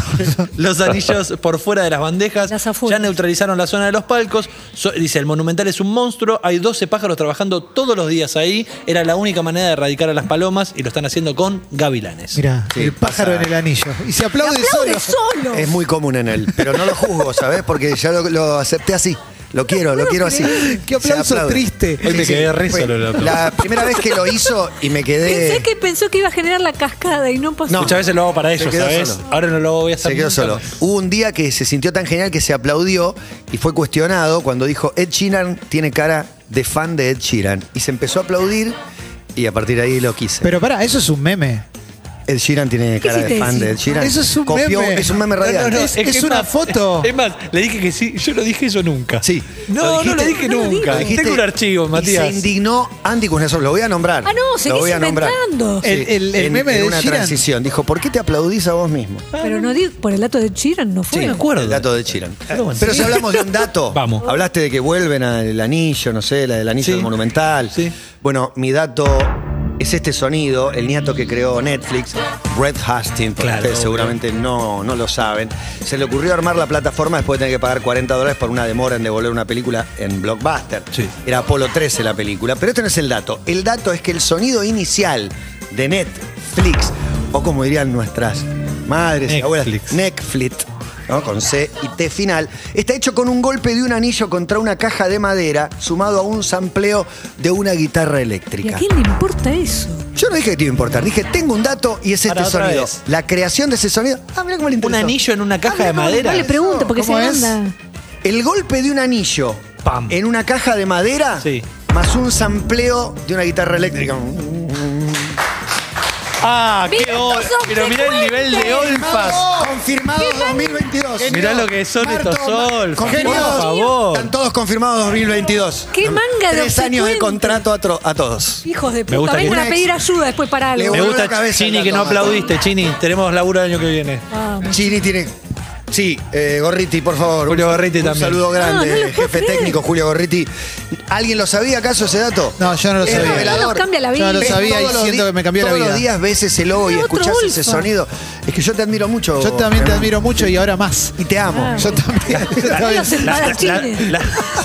[SPEAKER 3] los anillos por fuera de las bandejas
[SPEAKER 4] Las
[SPEAKER 3] ya
[SPEAKER 4] afueras.
[SPEAKER 3] neutralizaron la zona de los palcos. So- dice, el monumental es un monstruo, hay 12 pájaros trabajando todos los días ahí. Era la única manera de erradicar a las palomas y lo están haciendo con gavilanes.
[SPEAKER 5] Mirá,
[SPEAKER 2] Sí,
[SPEAKER 5] el pájaro
[SPEAKER 2] pasa.
[SPEAKER 5] en el anillo. Y se
[SPEAKER 4] Y
[SPEAKER 5] aplaude,
[SPEAKER 4] aplaude
[SPEAKER 5] solo.
[SPEAKER 4] solo.
[SPEAKER 2] Es muy común en él. Pero no lo juzgo, ¿sabes? Porque ya lo, lo acepté así. Lo quiero, lo quiero así.
[SPEAKER 5] Qué
[SPEAKER 2] Se
[SPEAKER 5] aplauso
[SPEAKER 2] aplaude.
[SPEAKER 5] triste.
[SPEAKER 3] Hoy me quedé re
[SPEAKER 2] Fue
[SPEAKER 3] solo en el aplauso.
[SPEAKER 2] La primera vez que lo hizo y me quedé.
[SPEAKER 4] Pensé que pensó que iba a generar la cascada y no pasó.
[SPEAKER 2] No.
[SPEAKER 3] Muchas veces lo hago para
[SPEAKER 2] Se
[SPEAKER 3] ellos,
[SPEAKER 2] quedó
[SPEAKER 3] ¿sabes?
[SPEAKER 2] solo.
[SPEAKER 3] Ahora no lo voy a hacer.
[SPEAKER 2] Se quedó
[SPEAKER 3] nunca
[SPEAKER 2] solo.
[SPEAKER 3] más.
[SPEAKER 2] Hubo un día que se sintió tan genial que se aplaudió y fue cuestionado cuando dijo Ed Sheeran tiene cara de fan de Ed Sheeran. Y se empezó a aplaudir y a partir de ahí lo quise.
[SPEAKER 5] Pero pará, eso es un meme.
[SPEAKER 2] Ed Sheeran tiene cara de
[SPEAKER 4] quisiste
[SPEAKER 2] fan de Ed
[SPEAKER 4] decir?
[SPEAKER 2] Sheeran.
[SPEAKER 5] Eso es un
[SPEAKER 2] Copió-
[SPEAKER 5] meme.
[SPEAKER 2] Es un meme
[SPEAKER 5] No,
[SPEAKER 2] radial.
[SPEAKER 5] no, no,
[SPEAKER 2] Es-
[SPEAKER 5] es- una foto.
[SPEAKER 3] Es más, le dije que sí, yo no dije eso nunca.
[SPEAKER 2] Sí.
[SPEAKER 3] No, no lo dije
[SPEAKER 4] No lo
[SPEAKER 3] nunca.
[SPEAKER 4] dije.
[SPEAKER 2] dijiste-
[SPEAKER 3] Tengo un archivo,
[SPEAKER 2] y
[SPEAKER 3] Matías.
[SPEAKER 2] se indignó Andy Kuznetsov. Lo voy a nombrar.
[SPEAKER 4] Ah, no,
[SPEAKER 2] lo
[SPEAKER 4] seguís
[SPEAKER 2] voy a nombrar.
[SPEAKER 4] inventando.
[SPEAKER 5] El- el- el
[SPEAKER 2] en-
[SPEAKER 5] meme
[SPEAKER 2] en
[SPEAKER 5] de
[SPEAKER 2] una
[SPEAKER 5] Sheeran.
[SPEAKER 2] transición. Dijo, ¿por qué te aplaudís a vos mismo?
[SPEAKER 4] Pero no digo, por el dato de Chiran no fue.
[SPEAKER 3] Sí, me acuerdo. Ah,
[SPEAKER 2] El dato de Chiran.
[SPEAKER 3] Pero bueno.
[SPEAKER 2] Pero si hablamos de un dato,
[SPEAKER 3] Vamos.
[SPEAKER 2] hablaste de que vuelven al anillo, no sé, la del anillo
[SPEAKER 3] Sí.
[SPEAKER 2] del monumental.
[SPEAKER 3] Sí.
[SPEAKER 2] Bueno, mi dato es este sonido, el nieto que creó Netflix, Red Hastings, porque
[SPEAKER 3] Claro,
[SPEAKER 2] ustedes
[SPEAKER 3] obvio.
[SPEAKER 2] seguramente no, no lo saben. Se le ocurrió armar la plataforma después de tener que pagar 40 dólares por una demora en devolver una película en Blockbuster.
[SPEAKER 3] Sí.
[SPEAKER 2] Era Apolo 13 la película, pero este no es el dato. El dato es que el sonido inicial de Netflix, o como dirían nuestras madres y abuelas,
[SPEAKER 3] Netflix.
[SPEAKER 2] Netflix, ¿no? con C y T final, está hecho con un golpe de un anillo contra una caja de madera sumado a un sampleo de una guitarra
[SPEAKER 4] ¿Y a
[SPEAKER 2] eléctrica.
[SPEAKER 4] quién le importa eso?
[SPEAKER 2] Yo no dije que te iba a importar, dije, tengo un dato y es
[SPEAKER 3] Para
[SPEAKER 2] este
[SPEAKER 3] otra
[SPEAKER 2] sonido.
[SPEAKER 3] vez.
[SPEAKER 2] La creación de ese sonido. Ah, mirá cómo le
[SPEAKER 3] Un
[SPEAKER 2] interesó. Ah,
[SPEAKER 3] anillo en una caja de
[SPEAKER 4] No,
[SPEAKER 3] madera.
[SPEAKER 4] No le pregunte porque se
[SPEAKER 5] ¿Cómo es?
[SPEAKER 4] anda.
[SPEAKER 2] El golpe de un anillo
[SPEAKER 3] Pam.
[SPEAKER 2] en una caja de madera
[SPEAKER 3] Sí.
[SPEAKER 2] más un sampleo de una guitarra eléctrica.
[SPEAKER 3] Ah,
[SPEAKER 4] Mira
[SPEAKER 3] qué
[SPEAKER 4] estos
[SPEAKER 3] ol- Pero mirá el nivel de olfas.
[SPEAKER 2] Confirmado 2022.
[SPEAKER 3] Mirá lo que son estos olfas.
[SPEAKER 2] Confirmado.
[SPEAKER 3] Por favor.
[SPEAKER 2] Están todos confirmados 2022.
[SPEAKER 4] Qué manga de
[SPEAKER 2] Tres años de
[SPEAKER 4] obsecuentes.
[SPEAKER 2] contrato a, tro- a todos.
[SPEAKER 4] Hijos de
[SPEAKER 3] Me gusta
[SPEAKER 4] puta,
[SPEAKER 3] que-
[SPEAKER 4] vengan a pedir ayuda después para algo.
[SPEAKER 2] Le
[SPEAKER 3] Me
[SPEAKER 2] voló
[SPEAKER 3] gusta,
[SPEAKER 2] la cabeza
[SPEAKER 3] Chini,
[SPEAKER 2] el
[SPEAKER 3] que no
[SPEAKER 2] dato,
[SPEAKER 3] aplaudiste. Chini, tenemos laburo el año que viene.
[SPEAKER 4] Vamos.
[SPEAKER 2] Chini tiene. Sí, eh, Gorriti, por favor.
[SPEAKER 3] Julio Gorriti
[SPEAKER 2] un
[SPEAKER 3] también.
[SPEAKER 2] saludo grande,
[SPEAKER 4] Ah, No, no lo puedo
[SPEAKER 2] jefe
[SPEAKER 4] creer.
[SPEAKER 2] técnico Julio Gorriti. ¿Alguien lo sabía acaso ese dato?
[SPEAKER 5] No, yo no lo
[SPEAKER 2] Es
[SPEAKER 5] sabía.
[SPEAKER 2] revelador.
[SPEAKER 4] Nos cambia la
[SPEAKER 5] Yo no lo
[SPEAKER 4] vida.
[SPEAKER 2] Ves
[SPEAKER 5] sabía y
[SPEAKER 2] todos los
[SPEAKER 5] siento
[SPEAKER 2] di-
[SPEAKER 5] que me cambió la
[SPEAKER 2] Todos
[SPEAKER 5] vida.
[SPEAKER 2] los días ves ese logo y
[SPEAKER 4] Era otro
[SPEAKER 2] escuchás ese
[SPEAKER 4] Ulfa.
[SPEAKER 2] sonido. Es que yo te admiro mucho.
[SPEAKER 5] Yo también te
[SPEAKER 2] Hernán.
[SPEAKER 5] admiro mucho y ahora más.
[SPEAKER 2] Y te amo.
[SPEAKER 4] Ah.
[SPEAKER 5] Yo también.
[SPEAKER 4] No los
[SPEAKER 3] la,
[SPEAKER 4] espadachines.
[SPEAKER 2] Se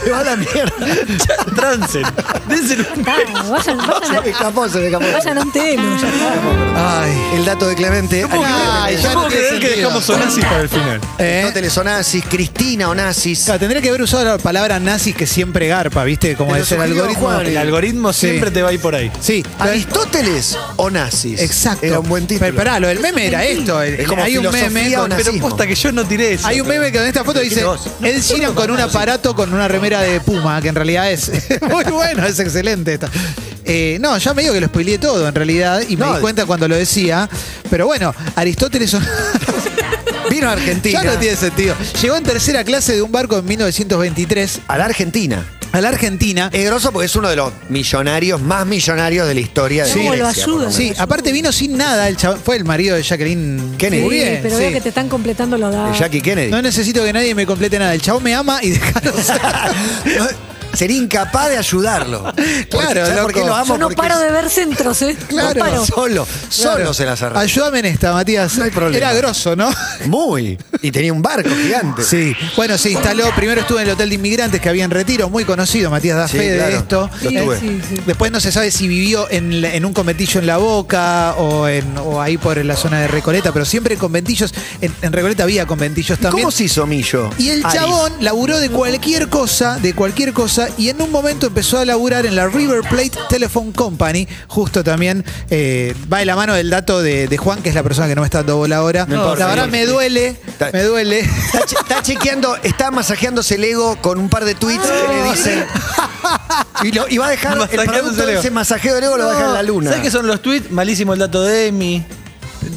[SPEAKER 2] va a la mierda.
[SPEAKER 3] Transen. Déselo un
[SPEAKER 4] Ah, Vayan,
[SPEAKER 2] Se me
[SPEAKER 4] vayan,
[SPEAKER 2] escapó, se me escapó.
[SPEAKER 4] a- vayan a un telo. ya está.
[SPEAKER 5] Ay.
[SPEAKER 2] El dato de Clemente.
[SPEAKER 5] Ay,
[SPEAKER 2] Ay,
[SPEAKER 5] ya
[SPEAKER 3] puedo
[SPEAKER 5] no tiene
[SPEAKER 3] creer que
[SPEAKER 5] sentido.
[SPEAKER 3] dejamos Onassis para el final.
[SPEAKER 5] ¿Eh?
[SPEAKER 2] Aristóteles Onassis, Cristina Onassis.
[SPEAKER 5] Claro, tendría que haber usado la palabra nazis que siempre garpa, ¿viste? Como
[SPEAKER 2] Te lo
[SPEAKER 5] es el
[SPEAKER 2] sugirió
[SPEAKER 5] algoritmo.
[SPEAKER 2] Juan.
[SPEAKER 3] El algoritmo
[SPEAKER 5] Sí.
[SPEAKER 3] siempre te va a ir por ahí.
[SPEAKER 5] Sí,
[SPEAKER 2] Aristóteles Onassis.
[SPEAKER 5] exacto.
[SPEAKER 2] Era un buen título.
[SPEAKER 5] Pero pará, lo del meme era esto. el-
[SPEAKER 2] Es como
[SPEAKER 5] hay un
[SPEAKER 2] filosofía
[SPEAKER 5] meme.
[SPEAKER 2] o
[SPEAKER 5] con-
[SPEAKER 2] nazismo.
[SPEAKER 3] Pero posta que yo no tiré eso.
[SPEAKER 5] hay un meme que en esta foto dice
[SPEAKER 2] vos.
[SPEAKER 5] Ed Sheeran con un aparato con una remera de Puma, que en realidad es muy bueno, es excelente esta. Eh, no, ya me digo que lo spoileé todo en realidad y me
[SPEAKER 2] No,
[SPEAKER 5] di cuenta cuando lo decía. Pero bueno, Aristóteles
[SPEAKER 2] Vino a Argentina.
[SPEAKER 5] ya no tiene sentido. Llegó en tercera clase de un barco en 1923
[SPEAKER 2] A la Argentina.
[SPEAKER 5] a la Argentina.
[SPEAKER 2] Es grosso porque es uno de los millonarios, más millonarios de la historia de
[SPEAKER 4] Sí.
[SPEAKER 2] Grecia,
[SPEAKER 4] ¿Cómo lo
[SPEAKER 2] por
[SPEAKER 4] ayuda?
[SPEAKER 2] menos.
[SPEAKER 5] Sí, aparte vino sin nada el chabón. Fue el marido de Jacqueline
[SPEAKER 2] Kennedy.
[SPEAKER 5] Muy
[SPEAKER 4] Sí,
[SPEAKER 5] bien,
[SPEAKER 4] pero
[SPEAKER 5] sí.
[SPEAKER 4] veo que te están completando los
[SPEAKER 2] De
[SPEAKER 4] datos.
[SPEAKER 2] Jackie Kennedy.
[SPEAKER 5] No necesito que nadie me complete nada. El chabón me ama y dejaron.
[SPEAKER 2] sería incapaz de ayudarlo. Porque,
[SPEAKER 5] Claro,
[SPEAKER 2] ¿sabes por qué
[SPEAKER 5] loco.
[SPEAKER 2] lo amo?
[SPEAKER 4] Yo no
[SPEAKER 2] Porque
[SPEAKER 4] paro de ver centros, ¿eh? No paro.
[SPEAKER 2] solo, solo
[SPEAKER 5] Claro.
[SPEAKER 2] se las arregla.
[SPEAKER 5] Ayúdame en esta, Matías.
[SPEAKER 2] No hay problema.
[SPEAKER 5] Era grosso, ¿no?
[SPEAKER 2] Muy. Y tenía un barco gigante.
[SPEAKER 5] Sí. Bueno, se instaló. Primero estuvo en el Hotel de Inmigrantes que había en Retiro, muy conocido. Matías da
[SPEAKER 2] Sí,
[SPEAKER 5] fe de
[SPEAKER 2] claro.
[SPEAKER 5] esto.
[SPEAKER 2] Lo
[SPEAKER 4] Sí,
[SPEAKER 2] tuve.
[SPEAKER 4] sí, sí.
[SPEAKER 5] Después no se sabe si vivió en, la- en un conventillo en La Boca o, en, o ahí por la zona de Recoleta, pero siempre en conventillos. En, en Recoleta había conventillos también.
[SPEAKER 2] ¿Cómo se hizo Millo?
[SPEAKER 5] Y el
[SPEAKER 2] Ari.
[SPEAKER 5] chabón laburó de cualquier cosa, de cualquier cosa, y en un momento empezó a laburar en la River Plate Telephone Company, justo también eh, va de la mano del dato de, de Juan, que es la persona que no me está dando bola ahora.
[SPEAKER 2] No importa,
[SPEAKER 5] la verdad
[SPEAKER 2] no
[SPEAKER 5] me duele,
[SPEAKER 2] Está-
[SPEAKER 5] me duele.
[SPEAKER 2] Está, che- está chequeando, está masajeándose el ego con un par de tweets que le dicen. Y, lo- y va a dejar el
[SPEAKER 3] Masajeándose
[SPEAKER 2] producto
[SPEAKER 3] el
[SPEAKER 2] de
[SPEAKER 3] ego.
[SPEAKER 2] ese masajeo del ego, lo va a dejar en la luna.
[SPEAKER 3] ¿Sabes qué son los tweets? Malísimo el dato de Emi.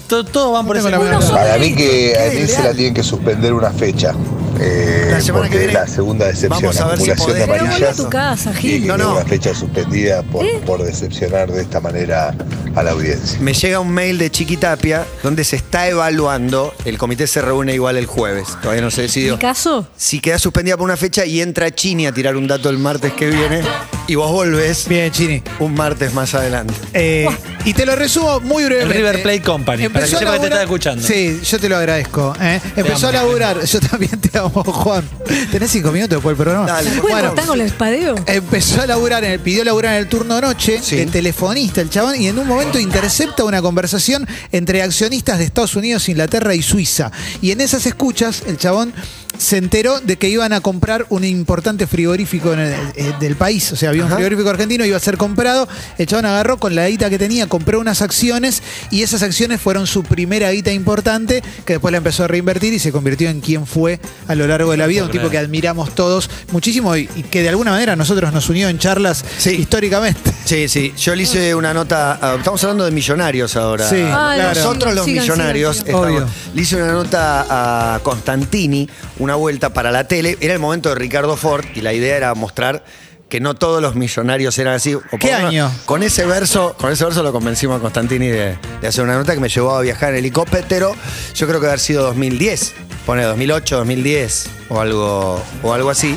[SPEAKER 3] Todo, todo van por
[SPEAKER 5] tengo
[SPEAKER 3] ese
[SPEAKER 5] la
[SPEAKER 3] lado.
[SPEAKER 5] menor
[SPEAKER 12] Para mí que a
[SPEAKER 2] Qué
[SPEAKER 12] Enel se
[SPEAKER 2] ideal.
[SPEAKER 12] la tienen que suspender una fecha. eh,
[SPEAKER 2] La semana que
[SPEAKER 12] porque
[SPEAKER 2] viene
[SPEAKER 12] la segunda decepción,
[SPEAKER 2] vamos a ver si
[SPEAKER 12] acumulación de
[SPEAKER 2] podemos.
[SPEAKER 4] Pero vuelve a
[SPEAKER 12] amarillas.
[SPEAKER 4] tu casa,
[SPEAKER 12] tiene
[SPEAKER 4] Gil. ¿Eh?
[SPEAKER 12] que
[SPEAKER 2] No,
[SPEAKER 12] tener
[SPEAKER 2] no.
[SPEAKER 12] una fecha suspendida por, por decepcionar de esta manera a la audiencia.
[SPEAKER 2] Me llega un mail de Chiquitapia donde se está evaluando. El comité se reúne igual el jueves. Todavía no se decidió.
[SPEAKER 4] ¿Mi caso?
[SPEAKER 2] Si queda suspendida por una fecha y entra Chini a tirar un dato el martes que viene y vos volvés
[SPEAKER 5] Bien, Chini.
[SPEAKER 2] un martes más adelante.
[SPEAKER 5] Eh, y te lo resumo muy
[SPEAKER 3] El
[SPEAKER 5] brevemente.
[SPEAKER 3] River Plate Company, para que
[SPEAKER 5] a
[SPEAKER 3] sepa que te
[SPEAKER 5] laburar-
[SPEAKER 3] está escuchando.
[SPEAKER 5] Sí, yo te lo agradezco. ¿eh? Empezó a
[SPEAKER 3] amo.
[SPEAKER 5] laburar. Yo también te amo, Juan. Tenés cinco minutos después del programa.
[SPEAKER 2] Dale.
[SPEAKER 4] ¿Puedes cortar con el espadeo?
[SPEAKER 5] Empezó a laburar, en el, pidió laburar en el turno noche,
[SPEAKER 2] Sí.
[SPEAKER 5] de telefonista el chabón, y en un momento intercepta una conversación entre accionistas de Estados Unidos, Inglaterra y Suiza. Y en esas escuchas, el chabón se enteró de que iban a comprar un importante frigorífico en el- eh, del país. O sea, había un
[SPEAKER 2] Ajá.
[SPEAKER 5] frigorífico argentino, iba a ser comprado. El chabón agarró con la guita que tenía, compró unas acciones, y esas acciones fueron su primera guita importante, que después la empezó a reinvertir y se convirtió en quien fue a lo largo de la vida, un tipo que admiramos todos muchísimo y, y que de alguna manera a nosotros nos unió en charlas
[SPEAKER 2] Sí.
[SPEAKER 5] históricamente.
[SPEAKER 2] Sí, sí. Yo le hice una nota. ah, Estamos hablando de millonarios ahora.
[SPEAKER 5] Sí, Ah, claro.
[SPEAKER 2] Nosotros los
[SPEAKER 4] sigan, sigan,
[SPEAKER 2] millonarios.
[SPEAKER 4] sigan.
[SPEAKER 2] estamos-
[SPEAKER 5] Obvio.
[SPEAKER 2] Le hice una nota a Constantini, una vuelta para la tele. Era el momento de Ricardo Ford y la idea era mostrar que no todos los millonarios eran así. O por
[SPEAKER 5] ¿Qué
[SPEAKER 2] lo menos
[SPEAKER 5] año?
[SPEAKER 2] Con ese verso, con ese verso lo convencimos a Constantini de, de hacer una nota que me llevó a viajar en helicóptero. Yo creo que haber sido 2010, pone 2008, 2010 o algo, o algo así.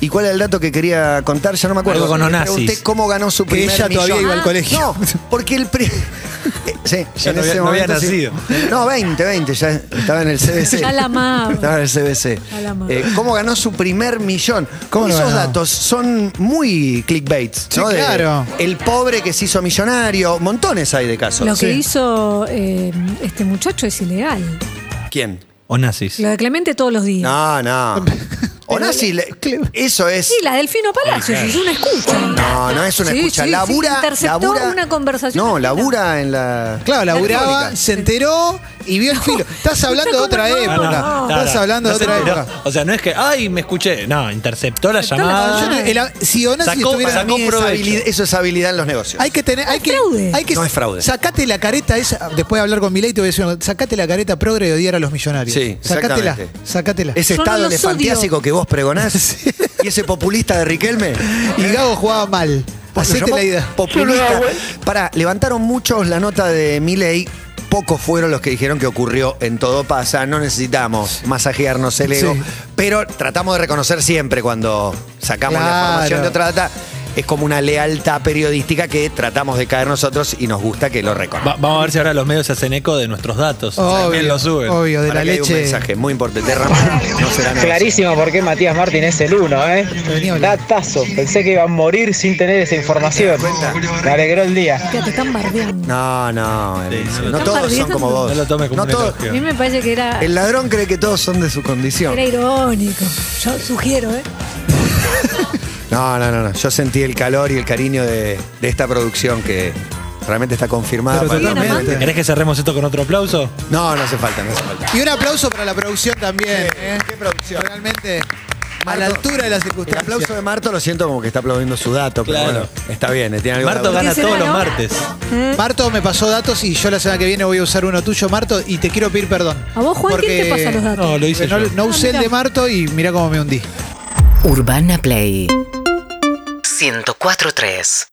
[SPEAKER 2] ¿Y cuál era el dato que quería contar? Ya no me acuerdo.
[SPEAKER 3] Algo con los
[SPEAKER 2] Le
[SPEAKER 3] nazis.
[SPEAKER 2] pregunté cómo ganó su
[SPEAKER 5] Que
[SPEAKER 2] primer
[SPEAKER 5] ella todavía
[SPEAKER 2] millón. Ah,
[SPEAKER 5] iba al colegio.
[SPEAKER 2] No, porque el pri- eh, Sí,
[SPEAKER 3] Ya
[SPEAKER 2] en
[SPEAKER 3] no había-
[SPEAKER 2] ese
[SPEAKER 3] no había
[SPEAKER 2] momento sí. No, 20, 20, ya estaba en el CBC.
[SPEAKER 4] Ya la amaba.
[SPEAKER 2] Estaba en el CBC.
[SPEAKER 4] Ya la amaba.
[SPEAKER 2] Eh, ¿Cómo ganó su primer millón?
[SPEAKER 5] ¿Cómo lo
[SPEAKER 2] Esos
[SPEAKER 5] ganó?
[SPEAKER 2] datos son muy clickbait.
[SPEAKER 5] Sí,
[SPEAKER 2] ¿no? De-
[SPEAKER 5] claro.
[SPEAKER 2] el pobre que se hizo millonario. Montones hay de casos.
[SPEAKER 4] Lo que hizo eh, este muchacho es ilegal.
[SPEAKER 2] ¿Quién?
[SPEAKER 3] O nazis.
[SPEAKER 4] Lo de Clemente todos los días.
[SPEAKER 2] No, no. O nazi, le- eso es.
[SPEAKER 4] Sí, la Delfino Palacio, es una escucha.
[SPEAKER 2] No, no es una
[SPEAKER 4] Sí,
[SPEAKER 2] escucha.
[SPEAKER 4] sí, sí,
[SPEAKER 2] labura.
[SPEAKER 4] interceptó
[SPEAKER 2] labura-
[SPEAKER 4] una conversación.
[SPEAKER 2] No, labura en la.
[SPEAKER 5] Claro, laburaba,
[SPEAKER 2] Telefónica.
[SPEAKER 5] se enteró y vio el filo. Estás hablando de
[SPEAKER 4] ¿cómo
[SPEAKER 5] otra
[SPEAKER 4] no?
[SPEAKER 3] Ah,
[SPEAKER 5] época.
[SPEAKER 4] No,
[SPEAKER 5] Estás hablando de
[SPEAKER 3] se
[SPEAKER 5] otra
[SPEAKER 3] enteró.
[SPEAKER 5] época.
[SPEAKER 3] O sea, no es que, ay, me escuché. No, interceptó la
[SPEAKER 4] Interceptó la
[SPEAKER 3] llamada.
[SPEAKER 5] Yo
[SPEAKER 2] Ah.
[SPEAKER 5] te- el- si Onassis
[SPEAKER 3] Sacó-
[SPEAKER 5] estuviera-
[SPEAKER 3] sacó
[SPEAKER 2] Esa
[SPEAKER 3] provecho.
[SPEAKER 2] habilidad- eso es habilidad en los negocios.
[SPEAKER 5] Hay que tener, hay que,
[SPEAKER 4] fraude.
[SPEAKER 5] hay que
[SPEAKER 2] No es fraude.
[SPEAKER 5] Sacate la careta esa, después de hablar con Milei te voy a decir, sacate la careta progre de odiar a los millonarios.
[SPEAKER 2] Sí,
[SPEAKER 5] sacátela,
[SPEAKER 2] exactamente.
[SPEAKER 5] sacátela.
[SPEAKER 2] Ese
[SPEAKER 4] Yo no
[SPEAKER 2] estado
[SPEAKER 4] los
[SPEAKER 2] elefantiásico que vos pregonás y ese populista de Riquelme.
[SPEAKER 5] Y Gago jugaba mal.
[SPEAKER 2] Vos lo
[SPEAKER 5] Hacete
[SPEAKER 2] llamás
[SPEAKER 5] la idea.
[SPEAKER 2] Populista. Pará, levantaron muchos la nota de Milei. Pocos fueron los que dijeron que ocurrió en todo pasa. No necesitamos masajearnos el ego.
[SPEAKER 5] Sí.
[SPEAKER 2] Pero tratamos de reconocer siempre cuando sacamos la
[SPEAKER 5] Claro.
[SPEAKER 2] información de otra data. Es como una lealtad periodística que tratamos de caer nosotros y nos gusta que lo reconozcan.
[SPEAKER 3] Va- vamos a ver si ahora los medios se hacen eco de nuestros datos. También lo suben.
[SPEAKER 5] obvio, de
[SPEAKER 2] Ahora
[SPEAKER 5] la
[SPEAKER 2] que hay un
[SPEAKER 5] leche.
[SPEAKER 2] mensaje muy importante. De Ramón, no será negocio.
[SPEAKER 11] Clarísimo por qué Matías Martín es el uno, ¿eh?
[SPEAKER 5] Venía hablando.
[SPEAKER 11] Datazo. Pensé que iba a morir sin tener esa información. Me alegró el día.
[SPEAKER 4] Que te están bardeando.
[SPEAKER 2] No, no, eh,
[SPEAKER 3] Sí,
[SPEAKER 2] no,
[SPEAKER 3] no lo
[SPEAKER 2] todos son
[SPEAKER 4] tomes.
[SPEAKER 2] como vos.
[SPEAKER 3] No lo tomes como un
[SPEAKER 2] todos-
[SPEAKER 4] A
[SPEAKER 3] elogio.
[SPEAKER 4] mí me parece que era,
[SPEAKER 2] El ladrón cree que todos son de su condición.
[SPEAKER 4] era irónico. Yo sugiero, ¿eh?
[SPEAKER 2] No, no, no, no. Yo sentí el calor y el cariño de, de esta producción que realmente está confirmada.
[SPEAKER 5] Pero
[SPEAKER 2] para-
[SPEAKER 5] totalmente.
[SPEAKER 4] amante.
[SPEAKER 3] ¿Querés que cerremos esto con otro aplauso?
[SPEAKER 2] No, no hace falta, no hace falta.
[SPEAKER 5] Y un aplauso para la producción también. ¿eh?
[SPEAKER 2] qué producción.
[SPEAKER 5] Realmente a
[SPEAKER 2] Marto,
[SPEAKER 5] la altura de las
[SPEAKER 2] El
[SPEAKER 5] circunstancias.
[SPEAKER 2] aplauso de Marto lo siento como que está aplaudiendo su dato, pero
[SPEAKER 3] Claro.
[SPEAKER 2] bueno, está bien, eh, tiene algo de
[SPEAKER 3] Marto
[SPEAKER 2] laburo.
[SPEAKER 3] gana
[SPEAKER 4] será,
[SPEAKER 3] todos los
[SPEAKER 4] no?
[SPEAKER 3] martes.
[SPEAKER 4] ¿Eh?
[SPEAKER 5] Marto me pasó datos y yo la semana que viene voy a usar uno tuyo, Marto, y te quiero pedir perdón.
[SPEAKER 4] ¿A vos, Juan, quién te pasa los datos?
[SPEAKER 3] No, lo hice
[SPEAKER 5] No,
[SPEAKER 3] yo.
[SPEAKER 5] no usé
[SPEAKER 4] Ah,
[SPEAKER 5] el
[SPEAKER 4] mirá.
[SPEAKER 5] de Marto y mira cómo me hundí.
[SPEAKER 13] Urbana Play 1043